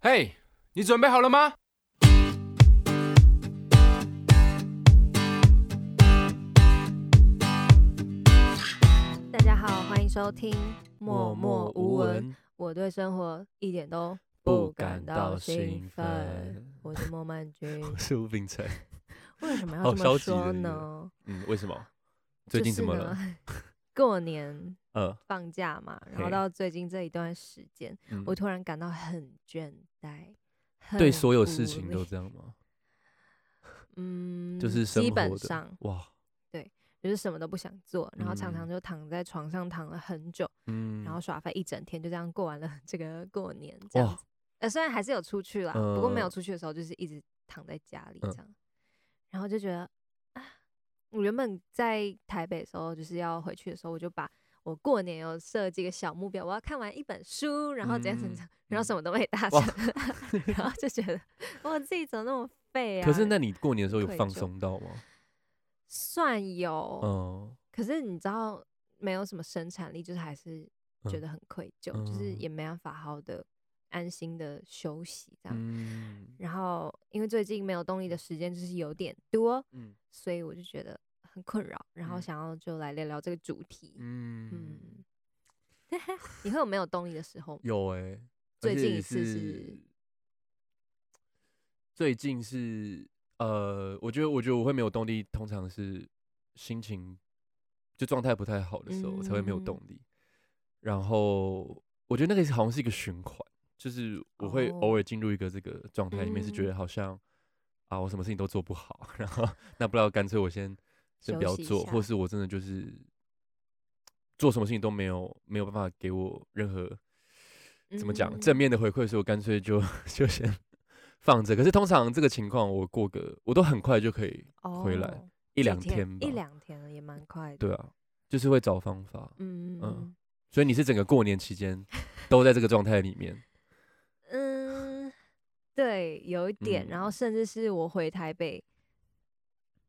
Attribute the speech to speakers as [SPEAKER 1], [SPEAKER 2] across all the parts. [SPEAKER 1] 嘿、你准备好了吗？
[SPEAKER 2] 大家好，欢迎收听《默默无闻》，，我对生活一点都
[SPEAKER 1] 不
[SPEAKER 2] 感
[SPEAKER 1] 感到兴
[SPEAKER 2] 兴
[SPEAKER 1] 奋。
[SPEAKER 2] 我是莫曼君，
[SPEAKER 1] 我是吴秉承。
[SPEAKER 2] 为什么
[SPEAKER 1] 好
[SPEAKER 2] 要这
[SPEAKER 1] 消
[SPEAKER 2] 么
[SPEAKER 1] 极的一
[SPEAKER 2] 说
[SPEAKER 1] 个
[SPEAKER 2] 呢？
[SPEAKER 1] 嗯，为什 么？
[SPEAKER 2] 就
[SPEAKER 1] 最近
[SPEAKER 2] 是
[SPEAKER 1] 怎么
[SPEAKER 2] 呢
[SPEAKER 1] 了？？
[SPEAKER 2] 过年
[SPEAKER 1] 呃，
[SPEAKER 2] 放假嘛，然
[SPEAKER 1] 嘿
[SPEAKER 2] 后到最近这一段时间，
[SPEAKER 1] 嗯
[SPEAKER 2] 我突然感到很倦怠，
[SPEAKER 1] 对
[SPEAKER 2] 很
[SPEAKER 1] 所有
[SPEAKER 2] 无
[SPEAKER 1] 事情
[SPEAKER 2] 力
[SPEAKER 1] 都这样吗？
[SPEAKER 2] 嗯，
[SPEAKER 1] 就是生
[SPEAKER 2] 基本
[SPEAKER 1] 活的
[SPEAKER 2] 上
[SPEAKER 1] 哇，
[SPEAKER 2] 就是什么都不想做，然后常常
[SPEAKER 1] 嗯
[SPEAKER 2] 就躺在床上躺了很久，
[SPEAKER 1] 嗯，
[SPEAKER 2] 然后耍废一整天，就这样过完了 这个过年这样
[SPEAKER 1] 哇
[SPEAKER 2] 子。呃，虽然还是有出去啦，不过没有
[SPEAKER 1] 嗯
[SPEAKER 2] 出去的时候就是一直躺在家里
[SPEAKER 1] 嗯
[SPEAKER 2] 这样，然后就觉得，啊，我原本在台北的时候，就是要回去的时候，我就把我过年有设计一个小目标，我要看完一本书，然后怎样怎样
[SPEAKER 1] 嗯
[SPEAKER 2] 怎样，然后什么
[SPEAKER 1] 嗯
[SPEAKER 2] 都没达成
[SPEAKER 1] 哇，
[SPEAKER 2] 然后就觉得我自己怎么那么废啊？
[SPEAKER 1] 可是那你过年的时候有
[SPEAKER 2] 愧
[SPEAKER 1] 放
[SPEAKER 2] 疚
[SPEAKER 1] 松到吗？
[SPEAKER 2] 算有，
[SPEAKER 1] 嗯，
[SPEAKER 2] 可是你知道没有什么生产力，就是还是觉
[SPEAKER 1] 嗯
[SPEAKER 2] 得很愧疚，就是
[SPEAKER 1] 嗯
[SPEAKER 2] 也没办法好好的安心的休息这样。
[SPEAKER 1] 嗯
[SPEAKER 2] 然后因为最近没有动力的时间就是有点多，
[SPEAKER 1] 嗯
[SPEAKER 2] 所以我就觉得很困扰，然后
[SPEAKER 1] 嗯
[SPEAKER 2] 想要就来聊聊这个主题。
[SPEAKER 1] 嗯，
[SPEAKER 2] 嗯， 你会有没有动力的时候吗？
[SPEAKER 1] 有哎，
[SPEAKER 2] 最
[SPEAKER 1] 而且
[SPEAKER 2] 近
[SPEAKER 1] 也
[SPEAKER 2] 一次是
[SPEAKER 1] 最近是呃，我觉得我觉得我会没有动力，通常是心情就状态不太好的时候，我才会没有
[SPEAKER 2] 嗯
[SPEAKER 1] 动力。然后我觉得那个好像是一个循环，就是我会偶
[SPEAKER 2] 哦
[SPEAKER 1] 尔进入一个这个状态里面，是觉
[SPEAKER 2] 嗯
[SPEAKER 1] 得好像啊，我什么事情都做不好， 然后那不知道干脆我先先
[SPEAKER 2] 休
[SPEAKER 1] 不要
[SPEAKER 2] 息一
[SPEAKER 1] 做，或
[SPEAKER 2] 下
[SPEAKER 1] 是我真的就是做什么事情都没有没有办法给我任何怎么讲
[SPEAKER 2] 嗯
[SPEAKER 1] 正面的回馈，所以我干脆就 就先放着。可是通常这个情况，我过个我都很快就可以回来
[SPEAKER 2] 哦
[SPEAKER 1] 一
[SPEAKER 2] 几
[SPEAKER 1] 两
[SPEAKER 2] 天
[SPEAKER 1] 吧，
[SPEAKER 2] 一两天了也蛮快的。
[SPEAKER 1] 对啊，就是会找方法。
[SPEAKER 2] 嗯，嗯嗯
[SPEAKER 1] 嗯所以你是整个过年期 间都在这个状态里面，
[SPEAKER 2] 嗯， 对，有一点，然后
[SPEAKER 1] 嗯
[SPEAKER 2] 甚至是我回台北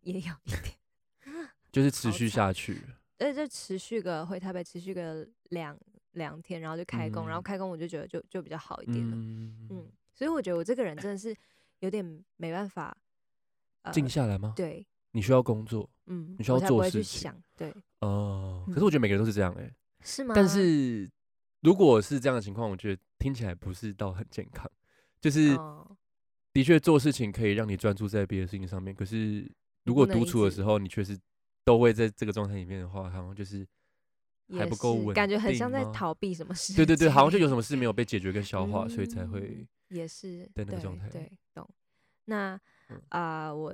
[SPEAKER 2] 也有一点，
[SPEAKER 1] 就是持
[SPEAKER 2] 好
[SPEAKER 1] 续
[SPEAKER 2] 惨
[SPEAKER 1] 下去。
[SPEAKER 2] 而且就持续个回台北持续个两两天，然后就开工，然后
[SPEAKER 1] 嗯
[SPEAKER 2] 开工我就觉得就就比较好一点了，
[SPEAKER 1] 嗯
[SPEAKER 2] 嗯，所以我觉得我这个人真的是有点没办法，呃，
[SPEAKER 1] 静下来吗？
[SPEAKER 2] 对，
[SPEAKER 1] 你需要工作
[SPEAKER 2] 嗯，
[SPEAKER 1] 你需
[SPEAKER 2] 我
[SPEAKER 1] 要
[SPEAKER 2] 才
[SPEAKER 1] 做
[SPEAKER 2] 不会
[SPEAKER 1] 事
[SPEAKER 2] 去
[SPEAKER 1] 情
[SPEAKER 2] 想，对，
[SPEAKER 1] 哦。可是
[SPEAKER 2] 嗯
[SPEAKER 1] 我觉得每个人都是这样哎、
[SPEAKER 2] 是吗？
[SPEAKER 1] 但是如果是这样的情况，我觉得听起来不是到很健康。就是
[SPEAKER 2] 哦，
[SPEAKER 1] 的确做事情可以让你专注在别的事情上面，可是
[SPEAKER 2] 不
[SPEAKER 1] 如果
[SPEAKER 2] 能
[SPEAKER 1] 独
[SPEAKER 2] 一
[SPEAKER 1] 处的
[SPEAKER 2] 直
[SPEAKER 1] 时候，你却是都会在这个状态里面的话，好像就是还
[SPEAKER 2] 也
[SPEAKER 1] 不够
[SPEAKER 2] 是
[SPEAKER 1] 稳
[SPEAKER 2] 感觉很像在
[SPEAKER 1] 定吗
[SPEAKER 2] 逃避什么事情，
[SPEAKER 1] 对对对，好像就有什么事没有被解决跟消化，所以才
[SPEAKER 2] 嗯
[SPEAKER 1] 会
[SPEAKER 2] 也是
[SPEAKER 1] 的那个状态
[SPEAKER 2] 对，对懂。那
[SPEAKER 1] 嗯
[SPEAKER 2] 啊、呃我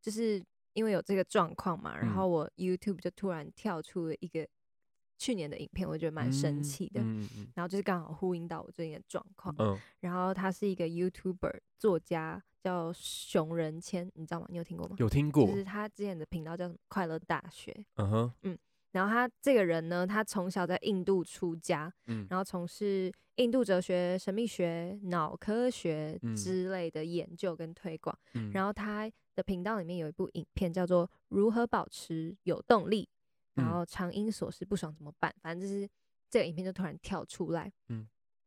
[SPEAKER 2] 就是因为有这个状况嘛，
[SPEAKER 1] 嗯
[SPEAKER 2] 然后我 YouTube 就突然跳出了一个去年的影片，我觉得蛮神
[SPEAKER 1] 嗯
[SPEAKER 2] 奇的。
[SPEAKER 1] 嗯嗯
[SPEAKER 2] 然后就是刚好呼应到我最近的状况。
[SPEAKER 1] 嗯，
[SPEAKER 2] 然后他是一个 YouTuber 作家，叫熊仁谦，你知道吗？你有听过吗？
[SPEAKER 1] 有听过
[SPEAKER 2] 就，是他之前的频道叫什么“快乐大学
[SPEAKER 1] 嗯哼，”。
[SPEAKER 2] 然后他这个人呢，他从小在印度出家，
[SPEAKER 1] 嗯
[SPEAKER 2] 然后从事印度哲学、神秘学、脑科学
[SPEAKER 1] 嗯
[SPEAKER 2] 之类的研究跟推广。
[SPEAKER 1] 嗯，
[SPEAKER 2] 然后他的频道里面有一部影片叫做《如何保持有动力》，然
[SPEAKER 1] 嗯
[SPEAKER 2] 后常因琐事不爽怎么办？反正就是这个影片就突然跳出来。
[SPEAKER 1] 嗯，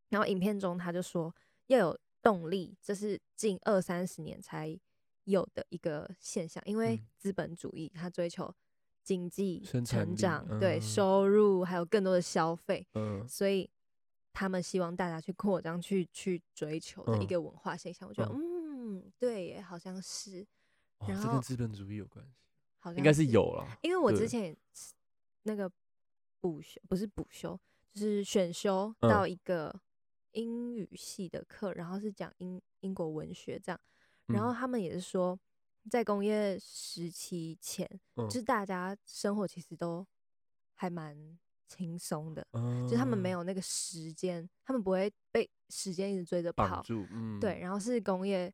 [SPEAKER 2] 然后影片中他就说要有动力，这是近二三十年才有的一个现象，因为
[SPEAKER 1] 嗯
[SPEAKER 2] 资本主义它追求。经济
[SPEAKER 1] 生产
[SPEAKER 2] 成
[SPEAKER 1] 力
[SPEAKER 2] 长，对
[SPEAKER 1] 嗯
[SPEAKER 2] 收入还有更多的消费，
[SPEAKER 1] 嗯
[SPEAKER 2] 所以他们希望大家去扩张、去去追求的一
[SPEAKER 1] 嗯
[SPEAKER 2] 个文化现象。我觉得，嗯，对耶，好像是，
[SPEAKER 1] 哦
[SPEAKER 2] 然
[SPEAKER 1] 这跟
[SPEAKER 2] 后
[SPEAKER 1] 资本主义有关系，
[SPEAKER 2] 好像
[SPEAKER 1] 应该是，有啦。
[SPEAKER 2] 因为我
[SPEAKER 1] 对
[SPEAKER 2] 之前也是那个补修不是补修，就是选修
[SPEAKER 1] 嗯
[SPEAKER 2] 到一个英语系的课，然后是讲英英国文学这样，然后
[SPEAKER 1] 嗯
[SPEAKER 2] 他们也是说。在工业时期前，
[SPEAKER 1] 嗯
[SPEAKER 2] 就是大家生活其实都还蛮轻松的，就是他们没
[SPEAKER 1] 嗯
[SPEAKER 2] 有那个时间，他们不会被时间一直追着
[SPEAKER 1] 绑
[SPEAKER 2] 跑。
[SPEAKER 1] 住，嗯，
[SPEAKER 2] 对，，然后是工业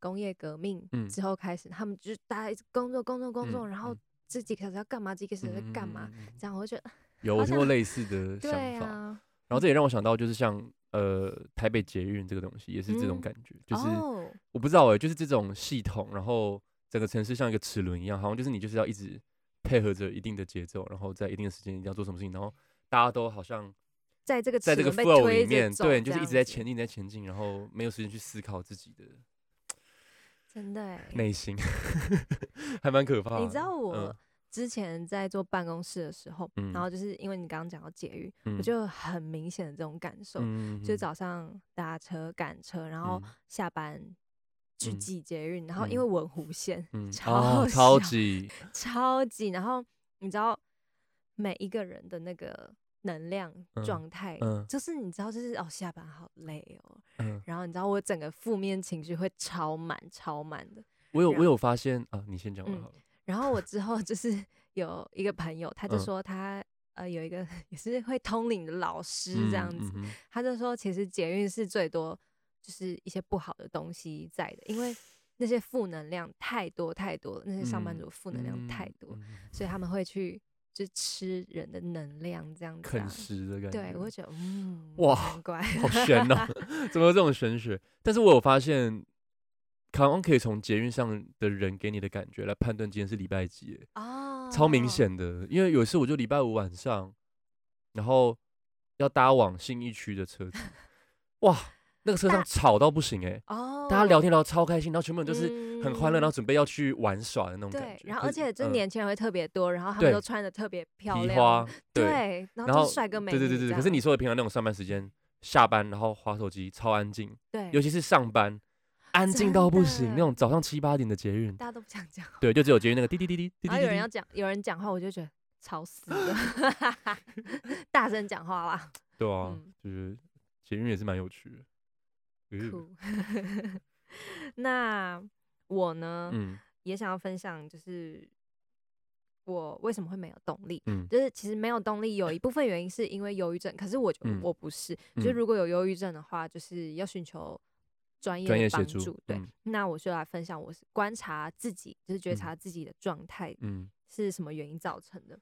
[SPEAKER 2] 工业革命
[SPEAKER 1] 嗯
[SPEAKER 2] 之后开始，他们就是大家一直工作工作工作，
[SPEAKER 1] 嗯
[SPEAKER 2] 然后
[SPEAKER 1] 嗯
[SPEAKER 2] 这几个小时要干嘛，这几个小时要干嘛，
[SPEAKER 1] 嗯？嗯嗯嗯
[SPEAKER 2] 这样我就觉得
[SPEAKER 1] 有
[SPEAKER 2] 好
[SPEAKER 1] 我听过
[SPEAKER 2] 像
[SPEAKER 1] 类似的想
[SPEAKER 2] 对
[SPEAKER 1] 法，
[SPEAKER 2] 啊，
[SPEAKER 1] 然后这也让我想到，就是像呃台北捷运这个东西，也是这种
[SPEAKER 2] 嗯
[SPEAKER 1] 感觉，就是
[SPEAKER 2] 哦，
[SPEAKER 1] 我不知道哎、就是这种系统，然后整个城市像一个齿轮一样，好像就是你就是要一直配合着一定的节奏，然后在一定的时间一定要做什么事情，然后大家都好像
[SPEAKER 2] 在这个
[SPEAKER 1] 在这个
[SPEAKER 2] 齿轮被
[SPEAKER 1] flow
[SPEAKER 2] 推
[SPEAKER 1] 里
[SPEAKER 2] 着
[SPEAKER 1] 面，
[SPEAKER 2] 走
[SPEAKER 1] 对，你就是
[SPEAKER 2] 这
[SPEAKER 1] 一直
[SPEAKER 2] 样
[SPEAKER 1] 在
[SPEAKER 2] 子
[SPEAKER 1] 前进，在前进，然后没有时间去思考自己的
[SPEAKER 2] 真的欸。
[SPEAKER 1] 内心， 还蛮可怕的。
[SPEAKER 2] 你知道我
[SPEAKER 1] 嗯
[SPEAKER 2] 之前在做办公室的时候，
[SPEAKER 1] 嗯
[SPEAKER 2] 然后就是因为你刚刚讲到节育，
[SPEAKER 1] 嗯
[SPEAKER 2] 我就很明显的这种感受，
[SPEAKER 1] 嗯
[SPEAKER 2] 就早上搭车赶车，然后
[SPEAKER 1] 嗯
[SPEAKER 2] 下班去
[SPEAKER 1] 嗯
[SPEAKER 2] 挤捷运，然后因
[SPEAKER 1] 嗯
[SPEAKER 2] 为文湖线
[SPEAKER 1] 嗯
[SPEAKER 2] 超
[SPEAKER 1] 哦超
[SPEAKER 2] 小
[SPEAKER 1] 级
[SPEAKER 2] 超级，然后你知道每一个人的那个能量
[SPEAKER 1] 嗯
[SPEAKER 2] 状态，
[SPEAKER 1] 嗯
[SPEAKER 2] 就是你知道，就是哦下班好累哦，
[SPEAKER 1] 嗯，
[SPEAKER 2] 然后你知道我整个负面情绪会超满超满的，
[SPEAKER 1] 我有
[SPEAKER 2] 然
[SPEAKER 1] 我有发现啊，你先讲完
[SPEAKER 2] 嗯
[SPEAKER 1] 好了。
[SPEAKER 2] 然后我之后就是 有一个朋友，他就
[SPEAKER 1] 嗯
[SPEAKER 2] 说他、呃有一个 也是会通灵的老师
[SPEAKER 1] 嗯
[SPEAKER 2] 这样子，，
[SPEAKER 1] 嗯
[SPEAKER 2] 他就说其实捷运是最多就是一些不好的东西在的，因为那些负能量太多太多了，那些上班
[SPEAKER 1] 嗯
[SPEAKER 2] 族负
[SPEAKER 1] 哼
[SPEAKER 2] 能量太
[SPEAKER 1] 嗯
[SPEAKER 2] 多，
[SPEAKER 1] 嗯嗯
[SPEAKER 2] 所以他们会去就吃人的能量这样子、
[SPEAKER 1] 啃
[SPEAKER 2] 啊。
[SPEAKER 1] 食的感觉。
[SPEAKER 2] 对，我会觉得嗯，
[SPEAKER 1] 哇
[SPEAKER 2] 难怪
[SPEAKER 1] 好玄哦、 怎么有这种玄学？但是我有发现，好像可以从捷运上的人给你的感觉来判断今天是礼拜几耶，
[SPEAKER 2] 哦，
[SPEAKER 1] 超明显的。因为有一次我就礼拜五晚上，然后要搭往信义区的 车子，哇，那个车上
[SPEAKER 2] 大
[SPEAKER 1] 吵到不行哎、
[SPEAKER 2] 哦，
[SPEAKER 1] 大家聊天聊得超开心，然后全部人都是
[SPEAKER 2] 是
[SPEAKER 1] 很欢乐，然后准备要去玩耍的那种感
[SPEAKER 2] 嗯对
[SPEAKER 1] 觉，。
[SPEAKER 2] 然后
[SPEAKER 1] 可
[SPEAKER 2] 而
[SPEAKER 1] 是
[SPEAKER 2] 且这
[SPEAKER 1] 嗯
[SPEAKER 2] 年轻人会特别多，然后他们
[SPEAKER 1] 对
[SPEAKER 2] 都穿的特别漂
[SPEAKER 1] 皮
[SPEAKER 2] 亮，
[SPEAKER 1] 花，
[SPEAKER 2] 对，然
[SPEAKER 1] 然
[SPEAKER 2] 后
[SPEAKER 1] 后
[SPEAKER 2] 就帅哥美女
[SPEAKER 1] 对
[SPEAKER 2] 这样，啊
[SPEAKER 1] 对对对对。可是你说的平常那种上班时间，下班然后划手机，超安静。
[SPEAKER 2] 对，
[SPEAKER 1] 尤其是上班，安静
[SPEAKER 2] 真
[SPEAKER 1] 到不行，
[SPEAKER 2] 的
[SPEAKER 1] 那种早上七八点的捷运，
[SPEAKER 2] 大家都不 想讲话，
[SPEAKER 1] 对，就只有捷运那个滴滴滴滴滴滴
[SPEAKER 2] 然后有人要
[SPEAKER 1] 滴，
[SPEAKER 2] 讲，有人讲话，我就觉得吵死 了，大声讲话啦，
[SPEAKER 1] 对啊
[SPEAKER 2] 嗯，
[SPEAKER 1] 就是捷运也是蛮有趣的。嗯
[SPEAKER 2] 酷。 那我呢，
[SPEAKER 1] 嗯
[SPEAKER 2] 也想要分享，就是我为什么会没有动力。
[SPEAKER 1] 嗯
[SPEAKER 2] 就是其实没有动力，有一部分原因是因为忧郁症，可是我觉得
[SPEAKER 1] 嗯
[SPEAKER 2] 我不是，
[SPEAKER 1] 嗯
[SPEAKER 2] 就如果有忧郁症的话，就是要寻求专业
[SPEAKER 1] 专业
[SPEAKER 2] 的
[SPEAKER 1] 协
[SPEAKER 2] 帮
[SPEAKER 1] 助
[SPEAKER 2] 助。对，
[SPEAKER 1] 嗯
[SPEAKER 2] 那我就来分享我是观察自己，就是觉察自己的状态
[SPEAKER 1] 嗯
[SPEAKER 2] 是什么原因造成的。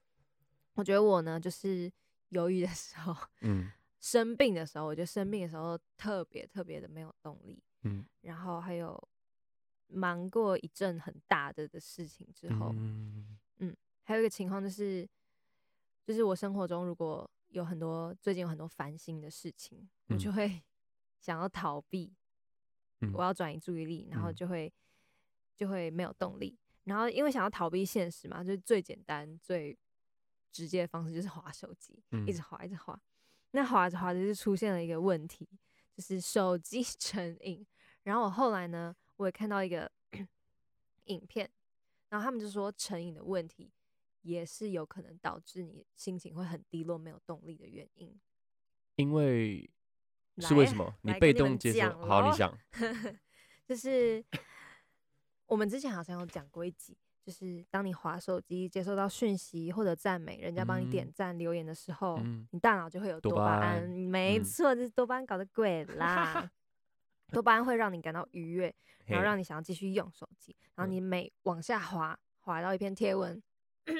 [SPEAKER 2] 我觉得我呢，就是忧郁的时候、
[SPEAKER 1] 嗯
[SPEAKER 2] 生病的时候，我觉得生病的时候特别特别的没有动力，
[SPEAKER 1] 嗯
[SPEAKER 2] 然后还有忙过一阵很大的的事情之后，
[SPEAKER 1] 嗯
[SPEAKER 2] 还有一个情况就是，就是我生活中如果有很多最近有很多烦心的事情，我就
[SPEAKER 1] 嗯
[SPEAKER 2] 会想要逃避，
[SPEAKER 1] 嗯
[SPEAKER 2] 我要转移注意力，然后
[SPEAKER 1] 嗯
[SPEAKER 2] 就会就会没有动力。然后因为想要逃避现实嘛，就是最简单、最直接的方式就是划手机，一直划，一直划。那划着划着就出现了一个问题，就是手机 成瘾。然后我后来呢，我也看到一个 影片，然后他们就说成瘾的问题也是有可能导致你心情会很低落、没有动力的原因。
[SPEAKER 1] 因为是为
[SPEAKER 2] 来
[SPEAKER 1] 什么？你
[SPEAKER 2] 来
[SPEAKER 1] 被
[SPEAKER 2] 跟你们
[SPEAKER 1] 动接受
[SPEAKER 2] 讲，
[SPEAKER 1] 好，
[SPEAKER 2] 咯
[SPEAKER 1] 你讲，
[SPEAKER 2] 就是我们之前好像有讲过一集，就是当你划手机接收到讯息或者赞美，人家帮你点
[SPEAKER 1] 嗯
[SPEAKER 2] 赞、留言的时候，
[SPEAKER 1] 嗯
[SPEAKER 2] 你大脑就会有
[SPEAKER 1] 多
[SPEAKER 2] 巴
[SPEAKER 1] 巴胺
[SPEAKER 2] 没
[SPEAKER 1] 嗯
[SPEAKER 2] 错，就是多巴胺搞的鬼 啦。多巴胺会让你感到愉悦，然后
[SPEAKER 1] 嘿
[SPEAKER 2] 让你想要继续用手机，然后
[SPEAKER 1] 嗯
[SPEAKER 2] 你每往下滑，滑到一篇贴文，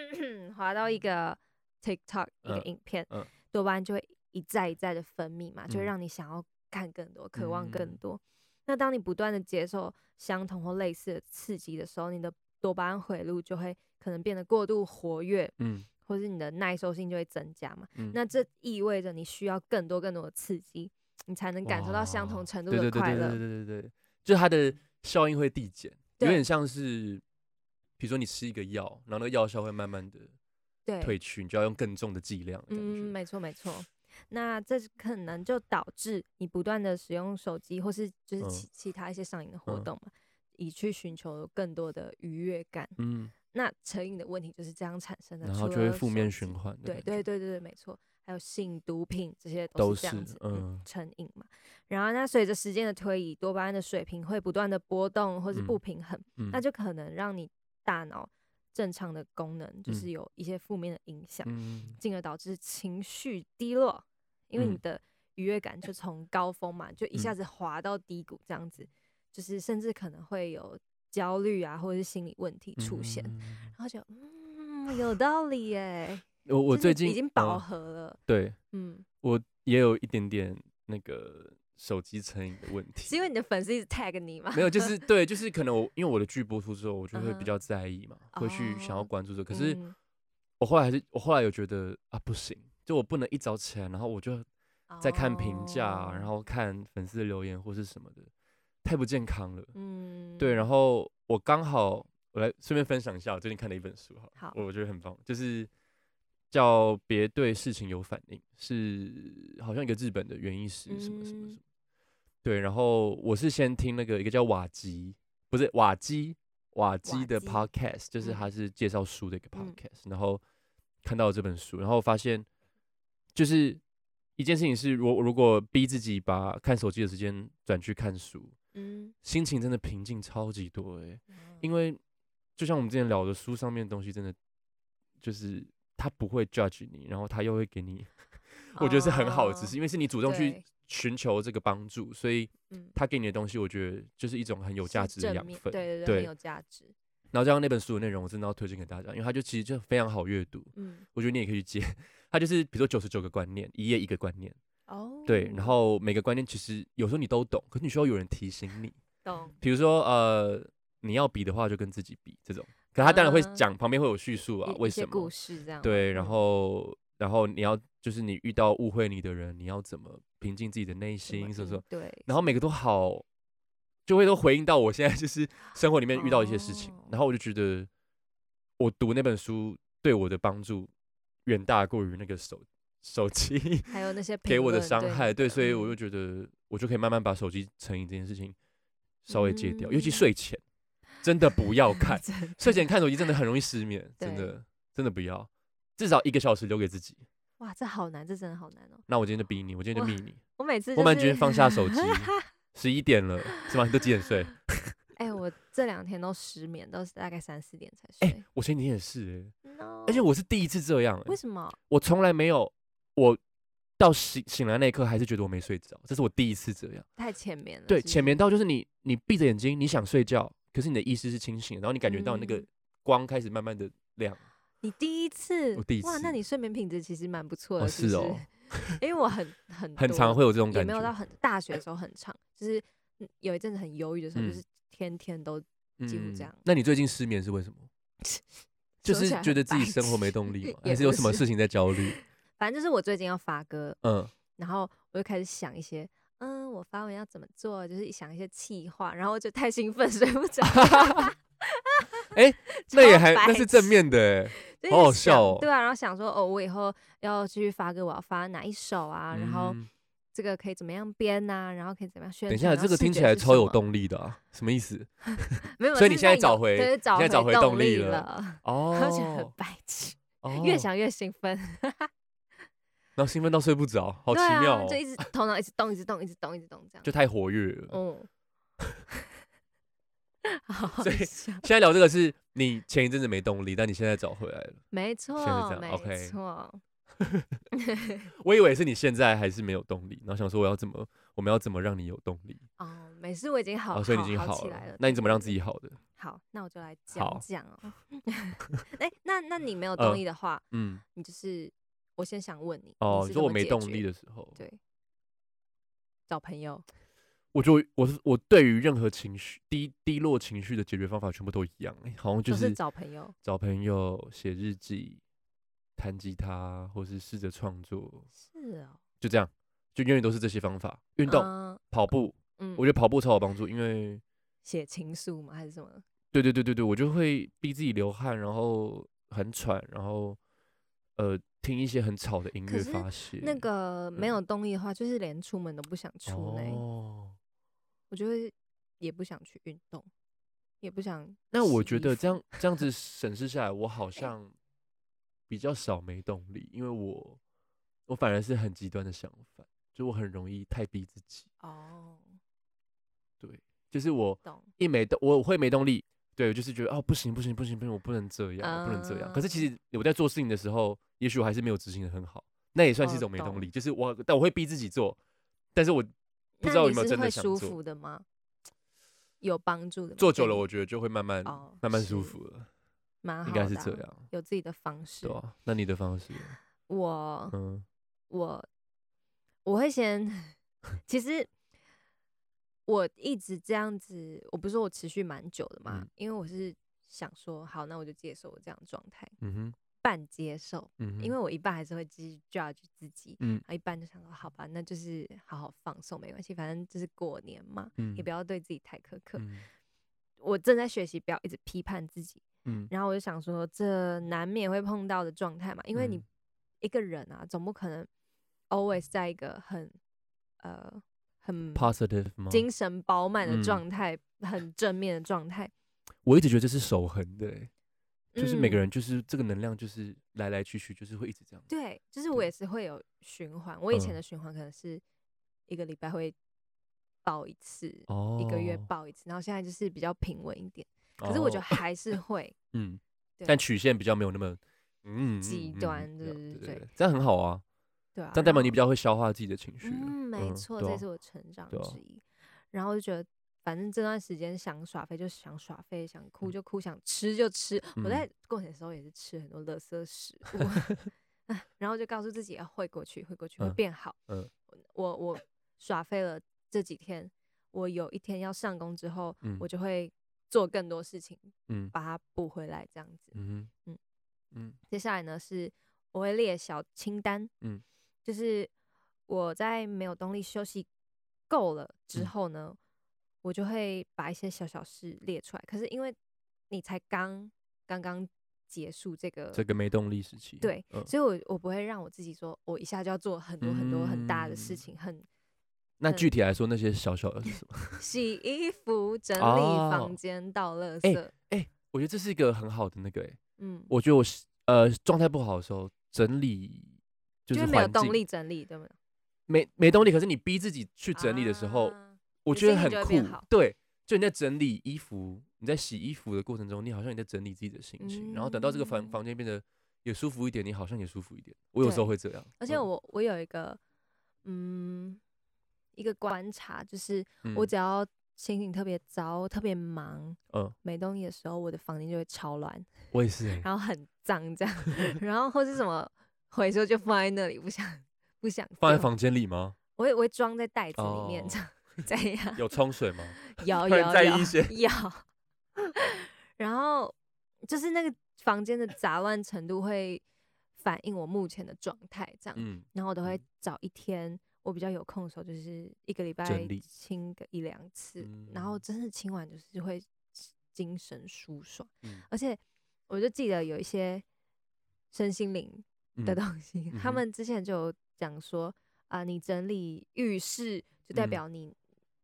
[SPEAKER 2] 滑到一个 TikTok 一个
[SPEAKER 1] 嗯
[SPEAKER 2] 影片，
[SPEAKER 1] 嗯
[SPEAKER 2] 多巴胺就会一再一再的分泌嘛，就会
[SPEAKER 1] 嗯
[SPEAKER 2] 让你想要看更多，渴望更
[SPEAKER 1] 嗯
[SPEAKER 2] 多。那当你不断的接受相同或类似的刺激的时候，你的多巴胺回路就会可能变得过度活跃，
[SPEAKER 1] 嗯
[SPEAKER 2] 或是你的耐受性就会增加嘛。
[SPEAKER 1] 嗯，
[SPEAKER 2] 那这意味着你需要更多更多的刺激，你才能感受到相同
[SPEAKER 1] 哇
[SPEAKER 2] 程度
[SPEAKER 1] 哦对
[SPEAKER 2] 的
[SPEAKER 1] 对对
[SPEAKER 2] 快
[SPEAKER 1] 对
[SPEAKER 2] 乐。
[SPEAKER 1] 对对对对，就它的效应会递减，有
[SPEAKER 2] 对
[SPEAKER 1] 点像是，比如说你吃一个药，然后那个药效会慢慢的
[SPEAKER 2] 对
[SPEAKER 1] 褪去，你就要用更重的剂量的感
[SPEAKER 2] 嗯，
[SPEAKER 1] 觉。
[SPEAKER 2] 没错没错。那这是可能就导致你不断的使用手机，或是就是
[SPEAKER 1] 嗯
[SPEAKER 2] 其、其他一些上瘾的活
[SPEAKER 1] 嗯
[SPEAKER 2] 动嘛，以去寻求更多的愉悦感。
[SPEAKER 1] 嗯，
[SPEAKER 2] 那成瘾的问题就是这样产生的，
[SPEAKER 1] 然后
[SPEAKER 2] 除
[SPEAKER 1] 就会
[SPEAKER 2] 了
[SPEAKER 1] 负
[SPEAKER 2] 手
[SPEAKER 1] 面
[SPEAKER 2] 机
[SPEAKER 1] 循环的
[SPEAKER 2] 对
[SPEAKER 1] 感
[SPEAKER 2] 对
[SPEAKER 1] 觉
[SPEAKER 2] 对对对，没错。还有性、毒品这些
[SPEAKER 1] 都
[SPEAKER 2] 是这样
[SPEAKER 1] 是
[SPEAKER 2] 子，嗯
[SPEAKER 1] 嗯，
[SPEAKER 2] 成瘾嘛。然后，那随着时间的推移，多巴胺的水平会不断的波动或是不
[SPEAKER 1] 嗯
[SPEAKER 2] 平衡，
[SPEAKER 1] 嗯，
[SPEAKER 2] 那就可能让你大脑正常的功能就是
[SPEAKER 1] 嗯
[SPEAKER 2] 有一些负面的影响。
[SPEAKER 1] 嗯
[SPEAKER 2] 进而导致情绪低落，因为你
[SPEAKER 1] 嗯
[SPEAKER 2] 的愉悦感就从高峰嘛，就一下
[SPEAKER 1] 嗯
[SPEAKER 2] 子滑到低谷这样子，就是甚至可能会有焦虑啊，或者是心理问题出现，
[SPEAKER 1] 嗯
[SPEAKER 2] 然后就嗯，有道理耶，
[SPEAKER 1] 我我
[SPEAKER 2] 就是
[SPEAKER 1] 最
[SPEAKER 2] 你
[SPEAKER 1] 近
[SPEAKER 2] 已经饱
[SPEAKER 1] 嗯
[SPEAKER 2] 和了，
[SPEAKER 1] 对
[SPEAKER 2] 嗯，
[SPEAKER 1] 我也有一点点那个手机成瘾的问题，
[SPEAKER 2] 是因为你的粉丝一直 tag 你嘛，
[SPEAKER 1] 没有，就是对，就是可能我因为我的剧播出之后，我就会
[SPEAKER 2] 嗯哼
[SPEAKER 1] 比较在意嘛，会去想要
[SPEAKER 2] 哦
[SPEAKER 1] 关注这个。可是
[SPEAKER 2] 嗯
[SPEAKER 1] 我后来还是，我后来有觉得啊，不行，就我不能一早起来，然后我就在看评价，啊
[SPEAKER 2] 哦
[SPEAKER 1] 然后看粉丝的留言或是什么的，太不健康了。
[SPEAKER 2] 嗯，
[SPEAKER 1] 对，然后我刚好我来顺便分享一下我最近看的一本书好了，
[SPEAKER 2] 好
[SPEAKER 1] 我我觉得很棒，就是叫《别对事情有反应》，是好像一个日本的园艺师什么什么
[SPEAKER 2] 嗯
[SPEAKER 1] 什么。对，然后我是先听那个一个叫瓦吉，不是瓦基瓦基的
[SPEAKER 2] 基
[SPEAKER 1] podcast，就
[SPEAKER 2] 嗯
[SPEAKER 1] 是他是介绍书的一个
[SPEAKER 2] 嗯
[SPEAKER 1] podcast，、然后看到了这本书，然后发现就是一件事情是，如如果逼自己把看手机的时间转去看书，
[SPEAKER 2] 嗯，
[SPEAKER 1] 心情真的平静超级多诶、
[SPEAKER 2] 嗯，
[SPEAKER 1] 因为就像我们之前聊的，书上面的东西真的就是他不会 judge 你，然后他又会给你，我觉得是很好的知识，
[SPEAKER 2] 嗯哦
[SPEAKER 1] 因为是你主动去
[SPEAKER 2] 对
[SPEAKER 1] 寻求这个帮助，所以
[SPEAKER 2] 嗯，
[SPEAKER 1] 他给你的东西，我觉得就是一种很有
[SPEAKER 2] 是
[SPEAKER 1] 价值的
[SPEAKER 2] 正
[SPEAKER 1] 养
[SPEAKER 2] 面
[SPEAKER 1] 分。
[SPEAKER 2] 对对对，很有价值，
[SPEAKER 1] 然后加上那本书的内容，我真的要推荐给大家，因为它就其实就非常好阅读，
[SPEAKER 2] 嗯，
[SPEAKER 1] 我觉得你也可以去接。 它就是比如说九十九个观念，一页一个观念，
[SPEAKER 2] 哦，
[SPEAKER 1] 对，然后每个观念其实有时候你都懂，可是你需要有人提醒你。
[SPEAKER 2] 懂，
[SPEAKER 1] 比如说呃，你要比的话就跟自己比这种，可他当然会
[SPEAKER 2] 啊
[SPEAKER 1] 讲旁边会有叙述啊，
[SPEAKER 2] 一
[SPEAKER 1] 为
[SPEAKER 2] 一些
[SPEAKER 1] 什
[SPEAKER 2] 故
[SPEAKER 1] 么？
[SPEAKER 2] 事这样，
[SPEAKER 1] 对，
[SPEAKER 2] 嗯
[SPEAKER 1] 然后然后你要就是你遇到误会你的人，你要怎么平静自己的内
[SPEAKER 2] 怎么
[SPEAKER 1] 心，什么什
[SPEAKER 2] 应
[SPEAKER 1] 么，
[SPEAKER 2] 对，
[SPEAKER 1] 然后每个都好，就会都回应到我现在就是生活里面遇到一些事情，
[SPEAKER 2] 哦
[SPEAKER 1] 然后我就觉得我读那本书对我的帮助远大过于那个手手机
[SPEAKER 2] 还有那些
[SPEAKER 1] 给
[SPEAKER 2] 评
[SPEAKER 1] 我的
[SPEAKER 2] 论
[SPEAKER 1] 伤
[SPEAKER 2] 对
[SPEAKER 1] 害，
[SPEAKER 2] 你
[SPEAKER 1] 对，
[SPEAKER 2] 的
[SPEAKER 1] 所以我
[SPEAKER 2] 嗯
[SPEAKER 1] 就觉得我就可以慢慢把手机成瘾这件事情稍微戒
[SPEAKER 2] 嗯
[SPEAKER 1] 掉，尤其睡前真的不要 看，
[SPEAKER 2] 真 的
[SPEAKER 1] 睡前看手机真的很容易失眠，真
[SPEAKER 2] 对
[SPEAKER 1] 的真的不要，至少一个小时留给自己。
[SPEAKER 2] 哇，这好难，这真的好难哦。
[SPEAKER 1] 那我今天就逼你，我今天就
[SPEAKER 2] 哇
[SPEAKER 1] 逼你，
[SPEAKER 2] 我每次
[SPEAKER 1] 我
[SPEAKER 2] 就
[SPEAKER 1] 曼君
[SPEAKER 2] 是，
[SPEAKER 1] 放下 手机，十一点了是吗？你都几点睡？
[SPEAKER 2] 哎，我这两天都失眠，都是大概三四点才
[SPEAKER 1] 哎、
[SPEAKER 2] 睡。
[SPEAKER 1] 我前几天也是、欸，
[SPEAKER 2] No，
[SPEAKER 1] 而且我是第一次这样、
[SPEAKER 2] 哦为
[SPEAKER 1] 欸，
[SPEAKER 2] 什么？
[SPEAKER 1] 我从来没有，我到醒醒来那一刻还是觉得我没睡着，这是我第一次这样。
[SPEAKER 2] 太浅眠了。
[SPEAKER 1] 对，
[SPEAKER 2] 是不
[SPEAKER 1] 浅
[SPEAKER 2] 是
[SPEAKER 1] 眠到就是你你闭着眼睛，你想睡觉，可是你的意识是清醒的，然后你感觉到那个
[SPEAKER 2] 嗯
[SPEAKER 1] 光开始慢慢的亮。
[SPEAKER 2] 你第一次，
[SPEAKER 1] 我第一
[SPEAKER 2] 哇，那
[SPEAKER 1] 次
[SPEAKER 2] 你睡眠品质其实蛮不错的，
[SPEAKER 1] 哦，
[SPEAKER 2] 其
[SPEAKER 1] 是哦
[SPEAKER 2] 实，因为我很很
[SPEAKER 1] 很
[SPEAKER 2] 多
[SPEAKER 1] 常会有这种
[SPEAKER 2] 也
[SPEAKER 1] 感
[SPEAKER 2] 没有到
[SPEAKER 1] 觉，
[SPEAKER 2] 很大学的时候很长，就是嗯有一阵子很忧郁的时候，就
[SPEAKER 1] 嗯
[SPEAKER 2] 是天天都几乎这样
[SPEAKER 1] 那你最近失眠是为什么？就
[SPEAKER 2] 说起
[SPEAKER 1] 是
[SPEAKER 2] 来
[SPEAKER 1] 觉
[SPEAKER 2] 很
[SPEAKER 1] 得自己
[SPEAKER 2] 白
[SPEAKER 1] 生活没
[SPEAKER 2] 痴
[SPEAKER 1] 动力吗？
[SPEAKER 2] 也
[SPEAKER 1] 还
[SPEAKER 2] 不
[SPEAKER 1] 是有什么
[SPEAKER 2] 是
[SPEAKER 1] 事情在焦 虑？
[SPEAKER 2] 反正就是我最近要发歌，
[SPEAKER 1] 嗯，
[SPEAKER 2] 然后我就开始想一些。嗯，我发文要怎么做？就是想一些气话，然后我就太兴奋睡不着。
[SPEAKER 1] 哎那也
[SPEAKER 2] 超
[SPEAKER 1] 还那
[SPEAKER 2] 白
[SPEAKER 1] 是正
[SPEAKER 2] 痴
[SPEAKER 1] 面的、欸，
[SPEAKER 2] 就
[SPEAKER 1] 好
[SPEAKER 2] 一直
[SPEAKER 1] 好笑
[SPEAKER 2] 想
[SPEAKER 1] 哦
[SPEAKER 2] 对啊，然后想说哦，我以后要继续发歌，我要发哪一首啊？然后
[SPEAKER 1] 嗯
[SPEAKER 2] 这个可以怎么样编呐、然后可以怎么样宣
[SPEAKER 1] 等
[SPEAKER 2] 传？
[SPEAKER 1] 一下，
[SPEAKER 2] 然后
[SPEAKER 1] 这个
[SPEAKER 2] 视
[SPEAKER 1] 听
[SPEAKER 2] 觉
[SPEAKER 1] 起来
[SPEAKER 2] 是
[SPEAKER 1] 超
[SPEAKER 2] 什
[SPEAKER 1] 有
[SPEAKER 2] 么，
[SPEAKER 1] 动力的、啊，什么意 思？
[SPEAKER 2] 没有，
[SPEAKER 1] 所以你
[SPEAKER 2] 是
[SPEAKER 1] 现在
[SPEAKER 2] 让
[SPEAKER 1] 找
[SPEAKER 2] 有
[SPEAKER 1] 回
[SPEAKER 2] 对找
[SPEAKER 1] 现在找回
[SPEAKER 2] 回
[SPEAKER 1] 动力
[SPEAKER 2] 力
[SPEAKER 1] 了
[SPEAKER 2] 了，
[SPEAKER 1] 哦
[SPEAKER 2] 然后觉得很白痴，越
[SPEAKER 1] 哦
[SPEAKER 2] 想越兴奋，
[SPEAKER 1] 然后兴奋到睡不着，好奇
[SPEAKER 2] 对
[SPEAKER 1] 妙、
[SPEAKER 2] 啊，
[SPEAKER 1] 哦，
[SPEAKER 2] 就一直头脑一直动，一直动，一直动，一直动这样，
[SPEAKER 1] 就太活跃了。
[SPEAKER 2] 嗯，好 好
[SPEAKER 1] 所以
[SPEAKER 2] 笑
[SPEAKER 1] 现在聊这个是你前一阵子没动力，但你现在找回来了。
[SPEAKER 2] 没
[SPEAKER 1] 这样
[SPEAKER 2] 错，
[SPEAKER 1] ，OK
[SPEAKER 2] 没错，
[SPEAKER 1] 我以为是你现在还是没有动力，然后想说我要怎么，我们要怎么让你有动力？
[SPEAKER 2] 哦，没事，我已经好，
[SPEAKER 1] 啊，所以你已经
[SPEAKER 2] 好
[SPEAKER 1] 好
[SPEAKER 2] 起来了。
[SPEAKER 1] 那你怎么让自
[SPEAKER 2] 己？
[SPEAKER 1] 己好的？
[SPEAKER 2] 好，那我就来
[SPEAKER 1] 好
[SPEAKER 2] 讲讲哦。 哎、那那你没有
[SPEAKER 1] 呃
[SPEAKER 2] 动力的话，
[SPEAKER 1] 嗯，
[SPEAKER 2] 你就是我先想问你，
[SPEAKER 1] 哦，
[SPEAKER 2] 你
[SPEAKER 1] 说我没动力
[SPEAKER 2] 的，
[SPEAKER 1] 的时候，
[SPEAKER 2] 对，找朋友，
[SPEAKER 1] 我就我是我对于任何情绪低低落情绪的解决方法全部都一样、欸好像就
[SPEAKER 2] 都是
[SPEAKER 1] 是
[SPEAKER 2] 找朋友，
[SPEAKER 1] 找朋友写日记、弹吉他，或是试着创作，
[SPEAKER 2] 是哦，
[SPEAKER 1] 就这样，就永远都是这些方法。运动、
[SPEAKER 2] 嗯
[SPEAKER 1] 跑步，
[SPEAKER 2] 嗯，
[SPEAKER 1] 我觉得跑步超有帮助，因为
[SPEAKER 2] 写情书吗？还是什么？
[SPEAKER 1] 对对对对对，我就会逼自己流汗，然后很喘，然后呃听一些很吵的音
[SPEAKER 2] 可
[SPEAKER 1] 乐
[SPEAKER 2] 是
[SPEAKER 1] 发泄。
[SPEAKER 2] 那个没
[SPEAKER 1] 嗯
[SPEAKER 2] 有动力的话，就是连出门都不想出呢。
[SPEAKER 1] 哦，
[SPEAKER 2] 我就会也不想去运动，也不想。
[SPEAKER 1] 那我觉得这样这样子审视下来，我好像比较少没动力，因为我我反而是很极端的想法，就我很容易太逼自己，
[SPEAKER 2] 哦，
[SPEAKER 1] 就是我
[SPEAKER 2] 懂，
[SPEAKER 1] 一没动，我会没动力，对，我就是觉得哦不行不行不行不行，我不能这样，我不能这样。可是
[SPEAKER 2] 啊
[SPEAKER 1] 其实我在做事情的时候，也许我还是没有执行的很好，那也算是一
[SPEAKER 2] 哦
[SPEAKER 1] 种没动
[SPEAKER 2] 懂
[SPEAKER 1] 力，就是我但我会逼自己做，但是我不知
[SPEAKER 2] 那
[SPEAKER 1] 道有
[SPEAKER 2] 你
[SPEAKER 1] 没有
[SPEAKER 2] 是
[SPEAKER 1] 真的
[SPEAKER 2] 会
[SPEAKER 1] 想
[SPEAKER 2] 舒
[SPEAKER 1] 做
[SPEAKER 2] 服的吗？有帮助的吗？
[SPEAKER 1] 做
[SPEAKER 2] 对
[SPEAKER 1] 久了，
[SPEAKER 2] 你
[SPEAKER 1] 我觉得就会慢慢、
[SPEAKER 2] 哦
[SPEAKER 1] 慢慢舒
[SPEAKER 2] 是
[SPEAKER 1] 服了，
[SPEAKER 2] 蛮好
[SPEAKER 1] 应
[SPEAKER 2] 的
[SPEAKER 1] 该
[SPEAKER 2] 啊，
[SPEAKER 1] 是这样，
[SPEAKER 2] 有自己的方式
[SPEAKER 1] 对。啊？那你的 方式，
[SPEAKER 2] 我
[SPEAKER 1] 嗯。
[SPEAKER 2] 我我会先， 其实我一直这样子，我不是说我持续蛮久的嘛，
[SPEAKER 1] 嗯
[SPEAKER 2] 因为我是想说，好，那我就接受我这样的状态。
[SPEAKER 1] 嗯哼，
[SPEAKER 2] 半接受，
[SPEAKER 1] 嗯哼，
[SPEAKER 2] 因为我一半还是会继续 judge 自己，
[SPEAKER 1] 嗯
[SPEAKER 2] 然后一半就想说，好吧，那就是好好放松，没关系，反正就是过年嘛，
[SPEAKER 1] 嗯
[SPEAKER 2] 也不要对自己太苛刻。
[SPEAKER 1] 嗯
[SPEAKER 2] 我正在学习，不要一直批判自己。
[SPEAKER 1] 嗯，
[SPEAKER 2] 然后我就想说，这难免会碰到的状态嘛，因为你
[SPEAKER 1] 嗯
[SPEAKER 2] 一个人啊，总不可能 always 在一个很呃很
[SPEAKER 1] positive 吗？
[SPEAKER 2] 精神饱满
[SPEAKER 1] 嗯
[SPEAKER 2] 的状态，很正面的状态，
[SPEAKER 1] 我一直觉得这是守恒的欸，就是每个
[SPEAKER 2] 嗯
[SPEAKER 1] 人就是这个能量就是来来去去，就是会一直这样。
[SPEAKER 2] 对，就是我
[SPEAKER 1] 对
[SPEAKER 2] 也是会有循环。我以前
[SPEAKER 1] 嗯
[SPEAKER 2] 的循环可能是一个礼拜会报一次，
[SPEAKER 1] 哦，
[SPEAKER 2] 一个月报一次，然后现在就是比较平稳一点。可是我觉得
[SPEAKER 1] 哦
[SPEAKER 2] 还是会，
[SPEAKER 1] 嗯，
[SPEAKER 2] 对
[SPEAKER 1] 但曲线比较没有那么嗯
[SPEAKER 2] 极
[SPEAKER 1] 嗯嗯
[SPEAKER 2] 端
[SPEAKER 1] 嗯
[SPEAKER 2] 对
[SPEAKER 1] 了
[SPEAKER 2] 对
[SPEAKER 1] 对
[SPEAKER 2] 对
[SPEAKER 1] 对，这样很好啊，
[SPEAKER 2] 对啊。
[SPEAKER 1] 这样代表你比
[SPEAKER 2] 较
[SPEAKER 1] 较会消化自己的情绪了。
[SPEAKER 2] 嗯，没错，
[SPEAKER 1] 对
[SPEAKER 2] 这
[SPEAKER 1] 啊
[SPEAKER 2] 是我成长
[SPEAKER 1] 对啊
[SPEAKER 2] 之一。然后就觉得，反正这段时间想耍废就想耍废，想
[SPEAKER 1] 嗯
[SPEAKER 2] 哭就哭，想吃就吃。我在过年的时候也是吃很多垃圾 食物，唉然后就告诉自己要会过去，会过去会
[SPEAKER 1] 嗯
[SPEAKER 2] 变好。
[SPEAKER 1] 嗯
[SPEAKER 2] 我我耍废了这几天，我有一天要上工之后，
[SPEAKER 1] 嗯
[SPEAKER 2] 我就会做更多事情
[SPEAKER 1] 嗯
[SPEAKER 2] 把它补回来，这样子。
[SPEAKER 1] 嗯嗯
[SPEAKER 2] 嗯
[SPEAKER 1] 嗯
[SPEAKER 2] 接下来呢是我会列小清单，
[SPEAKER 1] 嗯
[SPEAKER 2] 嗯，就是我在没有动力休息够了之
[SPEAKER 1] 嗯
[SPEAKER 2] 后呢，我就会把一些小小事列出来。可是因为你才刚刚刚结束这个，
[SPEAKER 1] 这个没动力时期，
[SPEAKER 2] 对，
[SPEAKER 1] 嗯
[SPEAKER 2] 所以我我不会让我自己说我一下就要做很多很多很大的
[SPEAKER 1] 嗯
[SPEAKER 2] 事情，很
[SPEAKER 1] 那
[SPEAKER 2] 嗯
[SPEAKER 1] 具体来说，那些小小的是什么？
[SPEAKER 2] 洗衣服、整理
[SPEAKER 1] 哦
[SPEAKER 2] 房间、倒垃
[SPEAKER 1] 哎
[SPEAKER 2] 圾，
[SPEAKER 1] 我觉得这是一个很好的那个、欸，
[SPEAKER 2] 嗯，
[SPEAKER 1] 我觉得我是呃状态不好的时候整理就
[SPEAKER 2] 就是是没有
[SPEAKER 1] 环境
[SPEAKER 2] 动力整理，对吗？
[SPEAKER 1] 没没动力，可是你逼自己去整理的时候，
[SPEAKER 2] 啊
[SPEAKER 1] 我
[SPEAKER 2] 你
[SPEAKER 1] 觉得
[SPEAKER 2] 心情
[SPEAKER 1] 很
[SPEAKER 2] 就会
[SPEAKER 1] 酷
[SPEAKER 2] 变好。
[SPEAKER 1] 对，就你在整理衣服，你在洗衣服的过程中，你好像你在整理自己的心情，然后等到这个房
[SPEAKER 2] 嗯
[SPEAKER 1] 房间变得也舒服一点，你好像也舒服一点。我有时候
[SPEAKER 2] 对
[SPEAKER 1] 会这样，
[SPEAKER 2] 而且
[SPEAKER 1] 嗯
[SPEAKER 2] 我我有一个嗯一个观察，就是我
[SPEAKER 1] 嗯
[SPEAKER 2] 只要心情特别糟、特别忙、
[SPEAKER 1] 嗯，
[SPEAKER 2] 没动力的时候，我的房间就会超乱，
[SPEAKER 1] 我也是欸、
[SPEAKER 2] 然后很脏这样， 然后或是什么回收就放在那里，不想不想
[SPEAKER 1] 放在
[SPEAKER 2] 丢，
[SPEAKER 1] 房间里吗？
[SPEAKER 2] 我会我会装在袋子里面
[SPEAKER 1] 哦
[SPEAKER 2] 这样这样。
[SPEAKER 1] 有冲水吗？
[SPEAKER 2] 有
[SPEAKER 1] 突
[SPEAKER 2] 有
[SPEAKER 1] 然在意
[SPEAKER 2] 有
[SPEAKER 1] 一些
[SPEAKER 2] 有， 然后就是那个房间的杂乱程度会反映我目前的状态，这样，
[SPEAKER 1] 嗯，
[SPEAKER 2] 然后我都会
[SPEAKER 1] 嗯
[SPEAKER 2] 找一天我比较有空的时候，就是一个礼拜
[SPEAKER 1] 整理
[SPEAKER 2] 清个一两次，然后
[SPEAKER 1] 嗯
[SPEAKER 2] 真的清完就是会精神舒爽，
[SPEAKER 1] 嗯
[SPEAKER 2] 而且我就记得有一些身心灵的
[SPEAKER 1] 嗯
[SPEAKER 2] 东西。
[SPEAKER 1] 嗯
[SPEAKER 2] 他
[SPEAKER 1] 哼
[SPEAKER 2] 们之前就有讲说啊、你整理浴室就代
[SPEAKER 1] 嗯
[SPEAKER 2] 表你、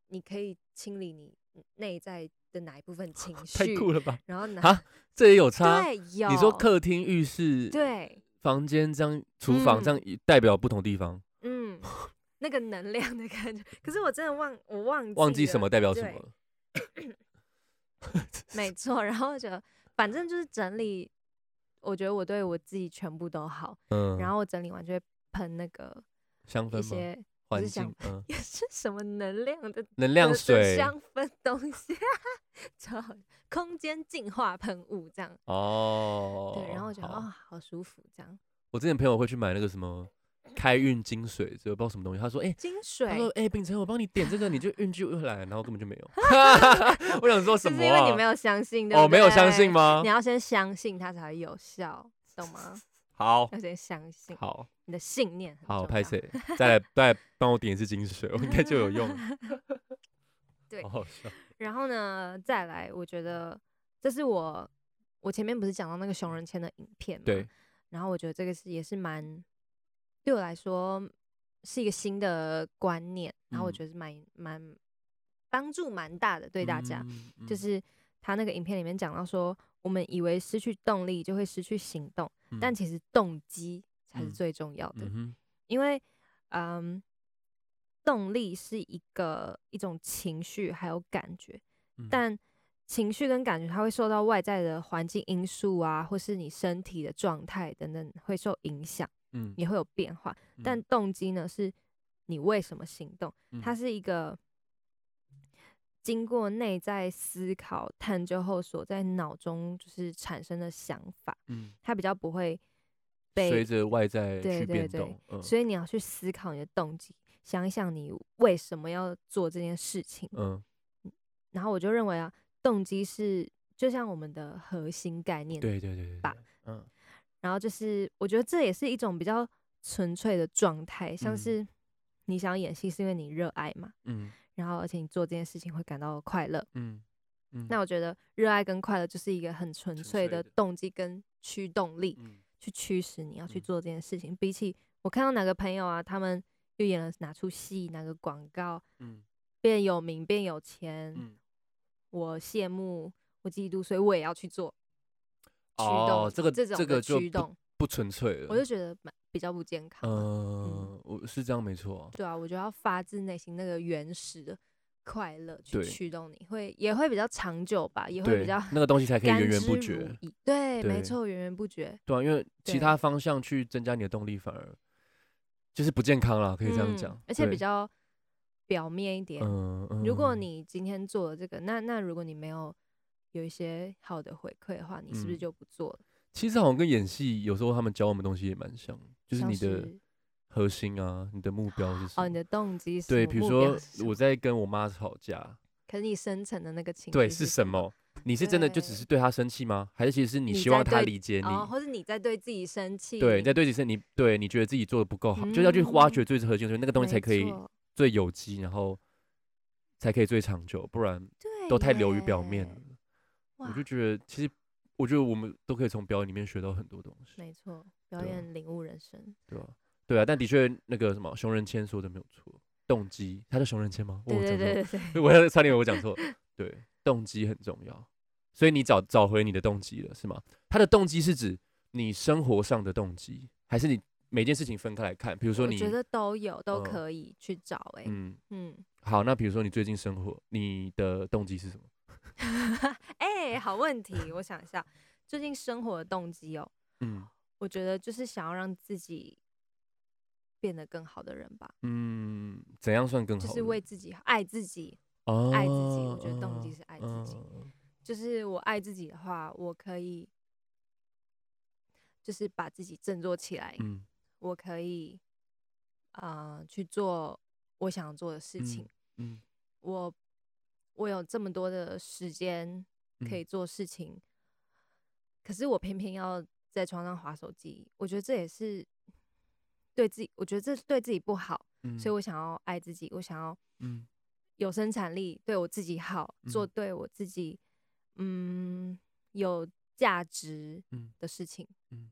[SPEAKER 2] 你可以清理你内在的哪一部 分情
[SPEAKER 1] 太
[SPEAKER 2] 绪，
[SPEAKER 1] 酷了吧？
[SPEAKER 2] 然后哪
[SPEAKER 1] 啊这也有差。
[SPEAKER 2] 对有
[SPEAKER 1] 你说客厅、浴室、
[SPEAKER 2] 对
[SPEAKER 1] 房间这样、厨房
[SPEAKER 2] 嗯
[SPEAKER 1] 这样，也代表不同地方，
[SPEAKER 2] 嗯那个能量的感觉，可是我真的忘我忘记
[SPEAKER 1] 忘记什
[SPEAKER 2] 了
[SPEAKER 1] 么代表什
[SPEAKER 2] 对
[SPEAKER 1] 么了。
[SPEAKER 2] 没错，然后就反正就是整理，我觉得我对我自己全部都好，
[SPEAKER 1] 嗯，
[SPEAKER 2] 然后我整理完就会喷那个
[SPEAKER 1] 香
[SPEAKER 2] 一
[SPEAKER 1] 氛吗？
[SPEAKER 2] 些
[SPEAKER 1] 环
[SPEAKER 2] 是
[SPEAKER 1] 境
[SPEAKER 2] 想，
[SPEAKER 1] 嗯，
[SPEAKER 2] 也是什么能量的
[SPEAKER 1] 能量
[SPEAKER 2] 的
[SPEAKER 1] 水
[SPEAKER 2] 香氛东西，超好空间净化喷雾这样。
[SPEAKER 1] 哦。
[SPEAKER 2] 对，然后我觉得哦，
[SPEAKER 1] 好
[SPEAKER 2] 好舒服这样。
[SPEAKER 1] 我之前朋友会去买那个什么开运金水，这个不知道什么东西。他说，哎、
[SPEAKER 2] 金
[SPEAKER 1] 他说
[SPEAKER 2] 水，，
[SPEAKER 1] 哎、秉承，我帮你点这个，你就运气会来。然后根本就没 有。我想说什
[SPEAKER 2] 就是
[SPEAKER 1] 么、啊？
[SPEAKER 2] 因为你没有相信，对
[SPEAKER 1] 哦，
[SPEAKER 2] 不
[SPEAKER 1] 没有相
[SPEAKER 2] 对？
[SPEAKER 1] 信吗
[SPEAKER 2] 你？要先相信它才会有效，懂吗？
[SPEAKER 1] 好，
[SPEAKER 2] 要先相信，
[SPEAKER 1] 好，
[SPEAKER 2] 你的信念很
[SPEAKER 1] 好，
[SPEAKER 2] 重
[SPEAKER 1] 拍
[SPEAKER 2] 要
[SPEAKER 1] 谁？再来，再来帮我点一次金水，我应该就有用了。
[SPEAKER 2] 对
[SPEAKER 1] 好好笑。
[SPEAKER 2] 然后呢，再来，我觉得这是我我前面不是讲到那个熊仁谦的影片嘛？
[SPEAKER 1] 对。
[SPEAKER 2] 然后我觉得这个是也是蛮对我来说是一个新的观念，然后我
[SPEAKER 1] 嗯
[SPEAKER 2] 觉得是蛮蛮帮助蛮大的对大家。
[SPEAKER 1] 嗯
[SPEAKER 2] 就
[SPEAKER 1] 嗯
[SPEAKER 2] 是他那个影片里面讲到说，我们以为失去动力就会失去行动，但
[SPEAKER 1] 嗯
[SPEAKER 2] 其实动机才是
[SPEAKER 1] 嗯
[SPEAKER 2] 最重要的。
[SPEAKER 1] 嗯哼，
[SPEAKER 2] 因为嗯，动力是一个一种情绪还有感觉，
[SPEAKER 1] 嗯
[SPEAKER 2] 但情绪跟感觉它会受到外在的环境因素啊，或是你身体的状态等等会受影响，
[SPEAKER 1] 嗯，
[SPEAKER 2] 也会有变化。但
[SPEAKER 1] 嗯
[SPEAKER 2] 动机呢，是你为什么行动？它
[SPEAKER 1] 嗯
[SPEAKER 2] 是一个经过内在思考、探究后所在脑中就是产生的想法，
[SPEAKER 1] 嗯
[SPEAKER 2] 它比较不会被
[SPEAKER 1] 随着外在
[SPEAKER 2] 对
[SPEAKER 1] 去
[SPEAKER 2] 对
[SPEAKER 1] 变
[SPEAKER 2] 对
[SPEAKER 1] 动，嗯
[SPEAKER 2] 所以你要去思考你的动机，想一想你为什么要做这件事情。
[SPEAKER 1] 嗯，
[SPEAKER 2] 然后我就认为啊，动机是就像我们的核心概念，
[SPEAKER 1] 对对对对，
[SPEAKER 2] 吧
[SPEAKER 1] 对，嗯
[SPEAKER 2] 然后就是我觉得这也是一种比较纯粹的状态，像
[SPEAKER 1] 嗯
[SPEAKER 2] 是你想演戏是因为你热爱嘛，
[SPEAKER 1] 嗯
[SPEAKER 2] 然后而且你做这件事情会感到快乐。
[SPEAKER 1] 嗯嗯，
[SPEAKER 2] 那我觉得热爱跟快乐就是一个很纯
[SPEAKER 1] 纯
[SPEAKER 2] 粹
[SPEAKER 1] 粹
[SPEAKER 2] 的
[SPEAKER 1] 的
[SPEAKER 2] 动机跟驱动力，
[SPEAKER 1] 嗯
[SPEAKER 2] 去驱使你要去
[SPEAKER 1] 嗯
[SPEAKER 2] 做这件事情。比起我看到哪个朋友啊，他们又演了哪出戏、哪个广告，
[SPEAKER 1] 嗯
[SPEAKER 2] 变有名、变有钱，
[SPEAKER 1] 嗯，
[SPEAKER 2] 我羡慕、我嫉妒，所以我也要去做。驱动、
[SPEAKER 1] 哦，这个
[SPEAKER 2] 这种
[SPEAKER 1] 这个
[SPEAKER 2] 的
[SPEAKER 1] 就
[SPEAKER 2] 驱
[SPEAKER 1] 不
[SPEAKER 2] 动，
[SPEAKER 1] 不纯粹了，
[SPEAKER 2] 我就觉得蛮比较不健康啊、
[SPEAKER 1] 嗯，我是这样没错啊，
[SPEAKER 2] 对啊，我觉得要发自内心那个原始的快乐去
[SPEAKER 1] 对
[SPEAKER 2] 驱动你，会也会比较长久吧，也会
[SPEAKER 1] 对
[SPEAKER 2] 比较，
[SPEAKER 1] 那个东西才可以
[SPEAKER 2] 甘
[SPEAKER 1] 源源不
[SPEAKER 2] 之如
[SPEAKER 1] 绝，
[SPEAKER 2] 饴。对，没
[SPEAKER 1] 对
[SPEAKER 2] 错，源源不绝。
[SPEAKER 1] 对啊，因为其
[SPEAKER 2] 对
[SPEAKER 1] 他方向去增加你的动力，反而就是不健康啦，可以这样
[SPEAKER 2] 嗯
[SPEAKER 1] 讲，
[SPEAKER 2] 而且
[SPEAKER 1] 对
[SPEAKER 2] 比较表面一点。
[SPEAKER 1] 嗯，嗯
[SPEAKER 2] 如果你今天做了这个，那那如果你没有有一些好的回馈的话，你是不是
[SPEAKER 1] 嗯
[SPEAKER 2] 就不做了？
[SPEAKER 1] 其实好像跟演戏有时候他们教我们东西也蛮像，就是
[SPEAKER 2] 像
[SPEAKER 1] 你的核心啊，你的目标是什
[SPEAKER 2] 哦，
[SPEAKER 1] 么
[SPEAKER 2] 你？的动机是什
[SPEAKER 1] 对，
[SPEAKER 2] 么
[SPEAKER 1] 比如
[SPEAKER 2] 目标
[SPEAKER 1] 说
[SPEAKER 2] 是什么
[SPEAKER 1] 我在跟我妈吵架，
[SPEAKER 2] 可是你深层的那个情绪
[SPEAKER 1] 对，
[SPEAKER 2] 是
[SPEAKER 1] 是什？么？你是真的就只
[SPEAKER 2] 对
[SPEAKER 1] 是对她生气吗？还是其实是你
[SPEAKER 2] 你
[SPEAKER 1] 希望
[SPEAKER 2] 在
[SPEAKER 1] 她
[SPEAKER 2] 对
[SPEAKER 1] 理解
[SPEAKER 2] 哦，
[SPEAKER 1] 你？
[SPEAKER 2] 或者你在对自己生气，
[SPEAKER 1] 对，你在对自己是你对你觉得自己做的不够好，就是要去挖掘最核心的时候，那个东西才
[SPEAKER 2] 嗯没
[SPEAKER 1] 可以
[SPEAKER 2] 错
[SPEAKER 1] 最有机，然后才可以最长久，不然
[SPEAKER 2] 对
[SPEAKER 1] 都太流于表面
[SPEAKER 2] 耶
[SPEAKER 1] 了。
[SPEAKER 2] 哇
[SPEAKER 1] 我就觉得，其实我觉得我们都可以从表演里面学到很多东西，
[SPEAKER 2] 没错，表
[SPEAKER 1] 对啊
[SPEAKER 2] 演领悟人生。
[SPEAKER 1] 对吧、对啊，但的确那个什么熊仁谦说的没有错，动机，他叫熊仁谦吗？ 我
[SPEAKER 2] 对
[SPEAKER 1] 有
[SPEAKER 2] 对
[SPEAKER 1] 讲错
[SPEAKER 2] 对对对，
[SPEAKER 1] 我要差点以为 我讲错，对，动机很重要，所以你找找回你的动机了，是吗？他的动机是指你生活上的动机，还是你每件事情分开来看？比如说
[SPEAKER 2] 我
[SPEAKER 1] 你，
[SPEAKER 2] 觉得都有，都
[SPEAKER 1] 嗯
[SPEAKER 2] 可以去找。哎，
[SPEAKER 1] 嗯，
[SPEAKER 2] 嗯，
[SPEAKER 1] 好，那比如说你最近生活，你的动机是什么？
[SPEAKER 2] 哎、好问题，我想一下，最近生活的动机哦，
[SPEAKER 1] 嗯
[SPEAKER 2] 我觉得就是想要让自己变得更好的人吧，
[SPEAKER 1] 嗯，怎样算更
[SPEAKER 2] 就
[SPEAKER 1] 好呢？
[SPEAKER 2] 是为自己好爱自己，
[SPEAKER 1] 哦
[SPEAKER 2] 爱自己我觉得动机是爱自己
[SPEAKER 1] 嗯
[SPEAKER 2] 就是我爱自己的话，我可以就是把自己振作起来，
[SPEAKER 1] 嗯
[SPEAKER 2] 我可以啊、呃去做我想做的事情，
[SPEAKER 1] 嗯
[SPEAKER 2] 我我有这么多的时间可以
[SPEAKER 1] 嗯
[SPEAKER 2] 做事情，可是我偏偏要在床上划手机，我觉得这也是对自己，我觉得这是对自己不好，
[SPEAKER 1] 嗯
[SPEAKER 2] 所以我想要爱自己，我想要
[SPEAKER 1] 嗯
[SPEAKER 2] 有生产力，对我自己好，做
[SPEAKER 1] 嗯
[SPEAKER 2] 对我自己嗯有价值
[SPEAKER 1] 嗯，
[SPEAKER 2] 的事情，
[SPEAKER 1] 嗯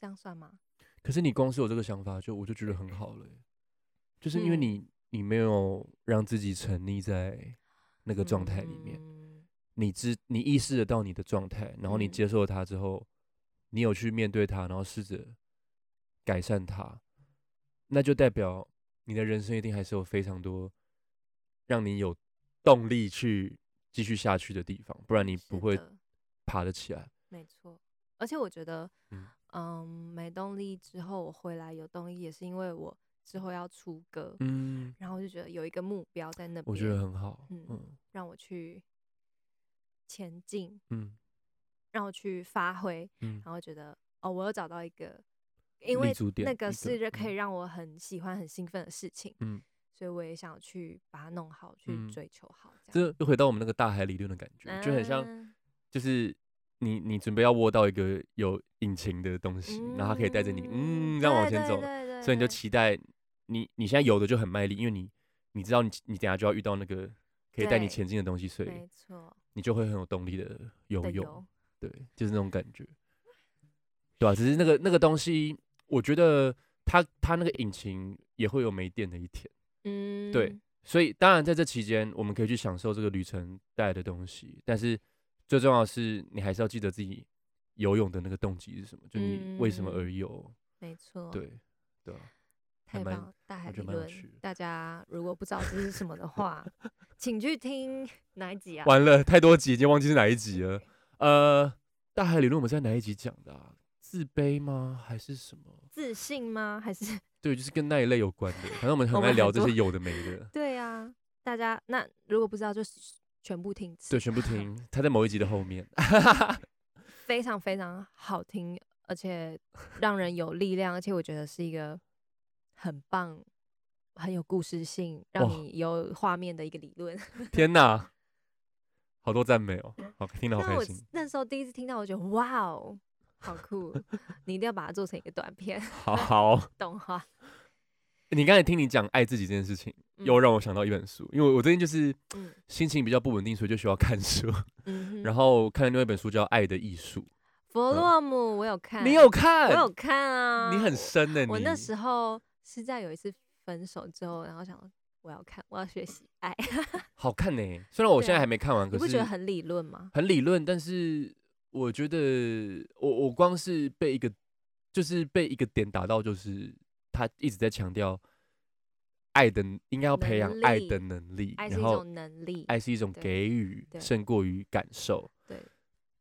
[SPEAKER 2] 这样算吗？
[SPEAKER 1] 可是你光是有这个想法，就我就觉得很好了耶，就是因为
[SPEAKER 2] 嗯
[SPEAKER 1] 你、你没有让自己沉溺在那个状态里面，
[SPEAKER 2] 嗯
[SPEAKER 1] 你知你意识得到你的状态，然后你
[SPEAKER 2] 嗯
[SPEAKER 1] 接受它之后，你有去面对它，然后试着改善它，那就代表你的人生一定还是有非常多让你有动力去继续下去的地方，不然你不
[SPEAKER 2] 是
[SPEAKER 1] 会
[SPEAKER 2] 的
[SPEAKER 1] 爬得起来。
[SPEAKER 2] 没错，而且我觉得，
[SPEAKER 1] 嗯
[SPEAKER 2] 嗯没动力之后我回来有动力，也是因为我之后要出歌，
[SPEAKER 1] 嗯，
[SPEAKER 2] 然后就觉得有一个目标在那
[SPEAKER 1] 我觉得
[SPEAKER 2] 边，
[SPEAKER 1] 很好。
[SPEAKER 2] 嗯
[SPEAKER 1] 嗯
[SPEAKER 2] 让我去前进，
[SPEAKER 1] 嗯
[SPEAKER 2] 让我去发挥，
[SPEAKER 1] 嗯，
[SPEAKER 2] 然后觉得哦，我又找到一个，因
[SPEAKER 1] 立
[SPEAKER 2] 为
[SPEAKER 1] 足点
[SPEAKER 2] 那
[SPEAKER 1] 一
[SPEAKER 2] 个
[SPEAKER 1] 个
[SPEAKER 2] 是可以
[SPEAKER 1] 嗯
[SPEAKER 2] 让我很喜欢、很兴奋的事情，
[SPEAKER 1] 嗯，
[SPEAKER 2] 所以我也想去把它弄好，去
[SPEAKER 1] 嗯
[SPEAKER 2] 追求好，这样
[SPEAKER 1] 这又回到我们那个大海理论的感觉，就很像
[SPEAKER 2] 嗯
[SPEAKER 1] 就是你你准备要握到一个有引擎的东西，然后它可以带着你，嗯，这样往
[SPEAKER 2] 对
[SPEAKER 1] 前
[SPEAKER 2] 对
[SPEAKER 1] 走，
[SPEAKER 2] 对对
[SPEAKER 1] 所以你就
[SPEAKER 2] 对
[SPEAKER 1] 期待你你现在游的就很卖力，因为你你知道你你等下就要遇到那个可以带你
[SPEAKER 2] 对
[SPEAKER 1] 前进的东西，所以
[SPEAKER 2] 没错
[SPEAKER 1] 你就会很有动力的游
[SPEAKER 2] 的
[SPEAKER 1] 泳
[SPEAKER 2] 有。，
[SPEAKER 1] 对，就是那种感觉，对啊吧、只是那个那个东西，我觉得它它那个引擎也会有没电的一天。
[SPEAKER 2] 嗯，
[SPEAKER 1] 对所以当然在这期间，我们可以去享受这个旅程带来的东西，但是最重要的是，你还是要记得自己游泳的那个动机是什么，就你为什么
[SPEAKER 2] 嗯哦
[SPEAKER 1] 而游。
[SPEAKER 2] 没错，
[SPEAKER 1] 对，对啊，还
[SPEAKER 2] 太
[SPEAKER 1] 蛮
[SPEAKER 2] 棒了！大海
[SPEAKER 1] 我觉
[SPEAKER 2] 理
[SPEAKER 1] 得蛮有趣
[SPEAKER 2] 论
[SPEAKER 1] 的，
[SPEAKER 2] 大家如果不知道这是什 么的话，请去听哪一集啊？
[SPEAKER 1] 完了，太多集，已经忘记是哪一集了。呃，大海理论我们在哪一集讲的、啊？自卑吗？还是什么？
[SPEAKER 2] 自信吗？还是
[SPEAKER 1] 对，就是跟那一类有关的。反正我们 很
[SPEAKER 2] 我们
[SPEAKER 1] 爱
[SPEAKER 2] 很
[SPEAKER 1] 聊这
[SPEAKER 2] 多。
[SPEAKER 1] 些有的没的
[SPEAKER 2] 对啊？大家那如果不知道，就是全部听一次，
[SPEAKER 1] 对，全部听。他在某一集的后面。
[SPEAKER 2] 非常非常好听，而且让人有力量，而且我觉得是一个很棒、很有故事性，让
[SPEAKER 1] 哇
[SPEAKER 2] 你有画面的一个理论。
[SPEAKER 1] 天哪，好多赞美哦，好听得好
[SPEAKER 2] 那
[SPEAKER 1] 开
[SPEAKER 2] 我
[SPEAKER 1] 心。
[SPEAKER 2] 那时候第一次听到，我觉得哇哦，好酷哦！你一定要把它做成一个短片，
[SPEAKER 1] 好好，
[SPEAKER 2] 动画。
[SPEAKER 1] 你刚才听你讲爱自己这件事情，又
[SPEAKER 2] 嗯
[SPEAKER 1] 让我想到一本书，因为我最近就是
[SPEAKER 2] 嗯
[SPEAKER 1] 心情比较不稳定，所以就需要看书，
[SPEAKER 2] 嗯
[SPEAKER 1] 然
[SPEAKER 2] 哼，
[SPEAKER 1] 后看了另外一本书叫《爱的艺术
[SPEAKER 2] 弗洛姆我有看，》，
[SPEAKER 1] 你有
[SPEAKER 2] 我
[SPEAKER 1] 看
[SPEAKER 2] 有？看啊，
[SPEAKER 1] 你很深的，
[SPEAKER 2] 我那
[SPEAKER 1] 你
[SPEAKER 2] 时候是在有一次分手之后，然后想说我要看，我要学习爱。
[SPEAKER 1] 好看呢、虽然我
[SPEAKER 2] 对
[SPEAKER 1] 现在
[SPEAKER 2] 啊
[SPEAKER 1] 还没看 完，
[SPEAKER 2] 你
[SPEAKER 1] 可
[SPEAKER 2] 不觉
[SPEAKER 1] 是
[SPEAKER 2] 得很理论吗？
[SPEAKER 1] 很理论，但是我觉得我我光是被一个就是被一个点打到，就是他一直在强调爱的应该要培养
[SPEAKER 2] 能
[SPEAKER 1] 爱
[SPEAKER 2] 力
[SPEAKER 1] 的能力，
[SPEAKER 2] 爱是
[SPEAKER 1] 然
[SPEAKER 2] 一
[SPEAKER 1] 后
[SPEAKER 2] 种能力，
[SPEAKER 1] 爱是一种
[SPEAKER 2] 对
[SPEAKER 1] 给予，
[SPEAKER 2] 对
[SPEAKER 1] 胜过于感受。
[SPEAKER 2] 对，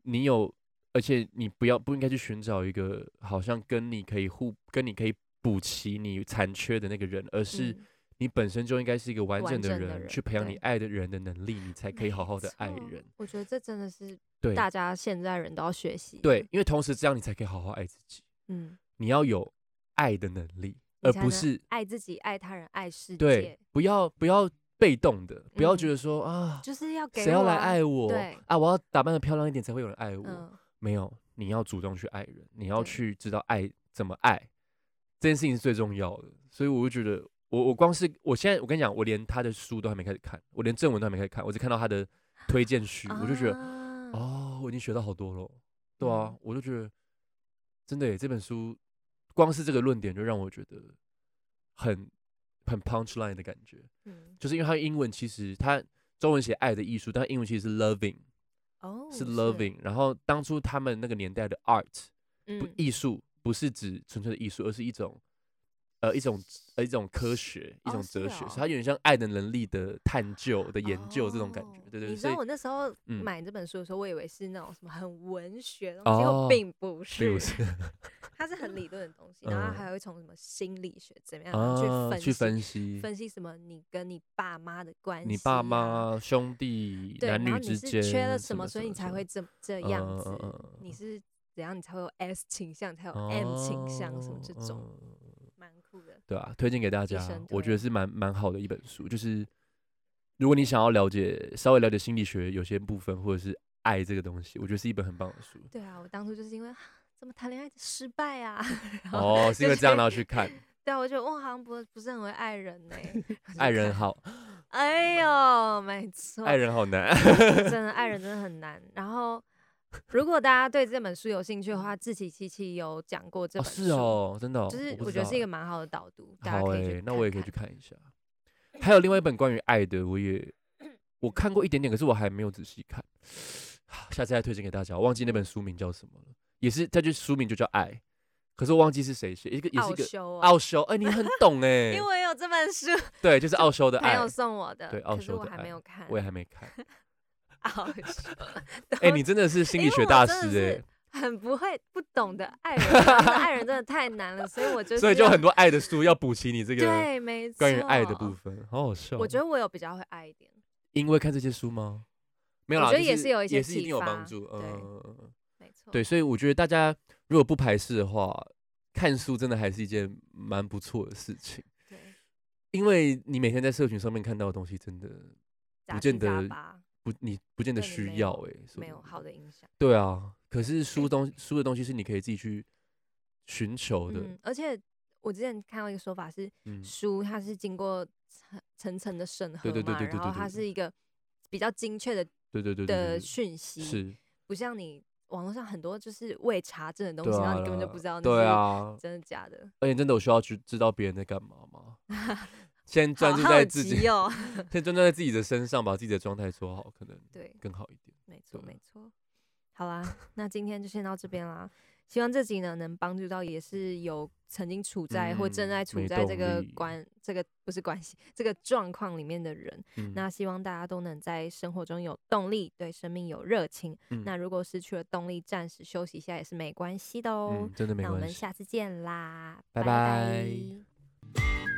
[SPEAKER 1] 你有，而且你不要不应该去寻找一个好像跟你可以互跟你可以补齐你残缺的那个人，而是
[SPEAKER 2] 嗯
[SPEAKER 1] 你本身就应该是一个完
[SPEAKER 2] 完
[SPEAKER 1] 整的
[SPEAKER 2] 整的
[SPEAKER 1] 人，
[SPEAKER 2] 人
[SPEAKER 1] 去培养你
[SPEAKER 2] 对
[SPEAKER 1] 爱的人的能力，你才可以好好的爱
[SPEAKER 2] 没错
[SPEAKER 1] 人。
[SPEAKER 2] 我觉得这真的是
[SPEAKER 1] 对
[SPEAKER 2] 大家现在人都要学习。
[SPEAKER 1] 对，，因为同时这样你才可以好好爱自己，
[SPEAKER 2] 嗯，
[SPEAKER 1] 你要有爱的能力，
[SPEAKER 2] 你
[SPEAKER 1] 而
[SPEAKER 2] 才
[SPEAKER 1] 不
[SPEAKER 2] 能
[SPEAKER 1] 是
[SPEAKER 2] 爱自己、爱他人、爱世
[SPEAKER 1] 对
[SPEAKER 2] 界，，
[SPEAKER 1] 不要不要被动的，不要
[SPEAKER 2] 嗯
[SPEAKER 1] 觉得说啊，
[SPEAKER 2] 就是要给
[SPEAKER 1] 谁要
[SPEAKER 2] 我
[SPEAKER 1] 来
[SPEAKER 2] 啊
[SPEAKER 1] 爱我
[SPEAKER 2] 对
[SPEAKER 1] 啊，我要打扮的漂亮一点才会有人爱我。
[SPEAKER 2] 嗯，
[SPEAKER 1] 没有，你要主动去爱人，你要
[SPEAKER 2] 对
[SPEAKER 1] 去知道爱怎么爱，这件事情是最重要的。所以我就觉得，我我光是我现在我跟你讲，我连他的书都还没开始看，我连正文都还没开始看，我只看到他的推荐序，我就觉得
[SPEAKER 2] 啊
[SPEAKER 1] 哦，我已经学到好多了。对啊
[SPEAKER 2] 嗯，
[SPEAKER 1] 我就觉得真的耶，这本书光是这个论点就让我觉得很很 punch line 的感觉，
[SPEAKER 2] 嗯
[SPEAKER 1] 就是因为它英文其实它中文写爱的艺术，但它英文其实是 loving。
[SPEAKER 2] 哦
[SPEAKER 1] 是 loving。然后当初他们那个年代的 art 不
[SPEAKER 2] 嗯
[SPEAKER 1] 艺术，不是指纯粹的艺术，而是一种呃一种呃一种科学，一
[SPEAKER 2] 哦
[SPEAKER 1] 种
[SPEAKER 2] 是
[SPEAKER 1] 哲学，所以
[SPEAKER 2] 哦
[SPEAKER 1] 它有点像爱的能力的探究的研究这种感觉
[SPEAKER 2] 哦。
[SPEAKER 1] 对对对，
[SPEAKER 2] 你知
[SPEAKER 1] 所以
[SPEAKER 2] 道我那时候
[SPEAKER 1] 嗯
[SPEAKER 2] 买这本书的时候，我以为是那种什么很文学的东西，结果
[SPEAKER 1] 哦
[SPEAKER 2] 并不是，
[SPEAKER 1] 并不 是
[SPEAKER 2] 它是很理论的东西，然后它
[SPEAKER 1] 嗯
[SPEAKER 2] 还会从什么心理学怎么样
[SPEAKER 1] 啊
[SPEAKER 2] 呃去
[SPEAKER 1] 去
[SPEAKER 2] 分
[SPEAKER 1] 分析
[SPEAKER 2] 析分析什么你跟你爸妈的关系啊，
[SPEAKER 1] 你爸妈兄弟
[SPEAKER 2] 对，
[SPEAKER 1] 男
[SPEAKER 2] 然后
[SPEAKER 1] 女
[SPEAKER 2] 你
[SPEAKER 1] 之
[SPEAKER 2] 是
[SPEAKER 1] 间
[SPEAKER 2] 缺了什么，
[SPEAKER 1] 么，嗯
[SPEAKER 2] 所以你才会这这
[SPEAKER 1] 这
[SPEAKER 2] 样子，
[SPEAKER 1] 嗯
[SPEAKER 2] 你是怎样，你才会有 S 倾向，才有 M 倾向什么这种，。
[SPEAKER 1] 嗯嗯嗯嗯
[SPEAKER 2] 蛮酷的。
[SPEAKER 1] 对啊，推荐给大
[SPEAKER 2] 提
[SPEAKER 1] 家
[SPEAKER 2] 升，
[SPEAKER 1] 我觉
[SPEAKER 2] 对
[SPEAKER 1] 得是蛮蛮好的一本书。就是如果你想要了解稍微了解心理学有些部分，或者是爱这个东西，我觉得是一本很棒的书。
[SPEAKER 2] 对啊，我当初就是因为啊怎么谈恋爱失败啊， 然后
[SPEAKER 1] 哦，是 因
[SPEAKER 2] 就
[SPEAKER 1] 为这样
[SPEAKER 2] 是
[SPEAKER 1] 然后去看
[SPEAKER 2] 对啊，我觉得我好像不不是很会爱人 呢、然后就
[SPEAKER 1] 爱
[SPEAKER 2] 看
[SPEAKER 1] 人好，
[SPEAKER 2] 哎呦，没错，
[SPEAKER 1] 爱人好难。
[SPEAKER 2] 真的爱人真的很难。然后，如果大家对这本书有兴趣的话，志崎七七有讲过这
[SPEAKER 1] 哦，
[SPEAKER 2] 本书，
[SPEAKER 1] 是哦，真的哦、
[SPEAKER 2] 就是
[SPEAKER 1] 不
[SPEAKER 2] 我
[SPEAKER 1] 知
[SPEAKER 2] 觉得
[SPEAKER 1] 道
[SPEAKER 2] 是一
[SPEAKER 1] 欸
[SPEAKER 2] 个蛮好的导读，大家
[SPEAKER 1] 好
[SPEAKER 2] 可以
[SPEAKER 1] 诶、
[SPEAKER 2] 去
[SPEAKER 1] 那
[SPEAKER 2] 看
[SPEAKER 1] 我也可以
[SPEAKER 2] 看
[SPEAKER 1] 去看一下。还有另外一本关于爱的，我也我看过一点点，可是我还没有仔细看，啊下次再推荐给大家。我忘记那本书名叫什么了，也是它就书名就叫《爱》，可是我忘记是谁写，一个也是一
[SPEAKER 2] 奥
[SPEAKER 1] 个
[SPEAKER 2] 修哦、
[SPEAKER 1] 奥修，哎、你很懂 哎、
[SPEAKER 2] 因为我有这本书，
[SPEAKER 1] 对，就是奥修的
[SPEAKER 2] 朋
[SPEAKER 1] 爱，
[SPEAKER 2] 友送我的，
[SPEAKER 1] 对奥
[SPEAKER 2] 可是
[SPEAKER 1] 修
[SPEAKER 2] 我
[SPEAKER 1] 的
[SPEAKER 2] 还
[SPEAKER 1] 爱
[SPEAKER 2] 没有看。
[SPEAKER 1] 我也还没看。
[SPEAKER 2] 奥修，
[SPEAKER 1] 哎、你真的是心理
[SPEAKER 2] 因为
[SPEAKER 1] 学
[SPEAKER 2] 我
[SPEAKER 1] 大
[SPEAKER 2] 真的
[SPEAKER 1] 师哎、
[SPEAKER 2] 很不会、不懂得爱人，真的是爱人真的太难了，所以我就是
[SPEAKER 1] 所以就
[SPEAKER 2] 要
[SPEAKER 1] 很多爱的书要补齐你这个
[SPEAKER 2] 对，没错。
[SPEAKER 1] 关于爱的部，分，好好笑。哦
[SPEAKER 2] 我觉得我有比较会爱一点，
[SPEAKER 1] 因为看这些书吗？没有啦，
[SPEAKER 2] 我觉得
[SPEAKER 1] 就
[SPEAKER 2] 也是有一些
[SPEAKER 1] 也是一
[SPEAKER 2] 启
[SPEAKER 1] 定有帮
[SPEAKER 2] 发
[SPEAKER 1] 助。
[SPEAKER 2] 对
[SPEAKER 1] 嗯，嗯嗯
[SPEAKER 2] 没错。
[SPEAKER 1] 对，所以我觉得大家如果不排斥的话，看书真的还是一件蛮不错的事情，
[SPEAKER 2] 对，
[SPEAKER 1] 因为你每天在社群上面看到的东西，真的
[SPEAKER 2] 杂
[SPEAKER 1] 不
[SPEAKER 2] 七
[SPEAKER 1] 见
[SPEAKER 2] 杂
[SPEAKER 1] 得
[SPEAKER 2] 八
[SPEAKER 1] 不你不见得
[SPEAKER 2] 对你没
[SPEAKER 1] 需
[SPEAKER 2] 有
[SPEAKER 1] 要哎、说
[SPEAKER 2] 没有
[SPEAKER 1] 真
[SPEAKER 2] 好的影响。
[SPEAKER 1] 对啊，可是书东书的东西是你可以自己去寻求的，
[SPEAKER 2] 嗯，而且我之前看到一个说法是，
[SPEAKER 1] 嗯，
[SPEAKER 2] 书它是经过层层层的审核
[SPEAKER 1] 对对对
[SPEAKER 2] 嘛，
[SPEAKER 1] 对对
[SPEAKER 2] 然后
[SPEAKER 1] 对
[SPEAKER 2] 它
[SPEAKER 1] 对
[SPEAKER 2] 是一个比较精确的
[SPEAKER 1] 对对对对对
[SPEAKER 2] 的
[SPEAKER 1] 对，
[SPEAKER 2] 讯息，
[SPEAKER 1] 是，
[SPEAKER 2] 不像你网络上很多就是未查证的东
[SPEAKER 1] 对
[SPEAKER 2] 西，然
[SPEAKER 1] 啊，
[SPEAKER 2] 后你根本就不知道
[SPEAKER 1] 对
[SPEAKER 2] 那
[SPEAKER 1] 啊
[SPEAKER 2] 是，真的假的。
[SPEAKER 1] 而且真的我需要去知道别人在干嘛 吗？先 专
[SPEAKER 2] 好
[SPEAKER 1] 注
[SPEAKER 2] 好
[SPEAKER 1] 在自己，
[SPEAKER 2] 奇 哦，
[SPEAKER 1] 先专注在自己的身上，把自己的状态做好，可能
[SPEAKER 2] 对，
[SPEAKER 1] 更好一点。
[SPEAKER 2] 没错
[SPEAKER 1] 对
[SPEAKER 2] 没错。好啦，那今天就先到这边啦。希望这集呢能帮助到也是有曾经处在、或正
[SPEAKER 1] 嗯
[SPEAKER 2] 在处
[SPEAKER 1] 没
[SPEAKER 2] 在这
[SPEAKER 1] 动
[SPEAKER 2] 个
[SPEAKER 1] 力
[SPEAKER 2] 关这个不是关系这个状况里面的人。
[SPEAKER 1] 嗯，
[SPEAKER 2] 那希望大家都能在生活中有动力，对生命有热情。
[SPEAKER 1] 嗯
[SPEAKER 2] 那如果失去了动力，暂时休息一下也是没关系的哦。
[SPEAKER 1] 嗯嗯，真的没
[SPEAKER 2] 那我
[SPEAKER 1] 关
[SPEAKER 2] 们
[SPEAKER 1] 系。
[SPEAKER 2] 下次见啦，
[SPEAKER 1] 拜
[SPEAKER 2] 拜
[SPEAKER 1] 拜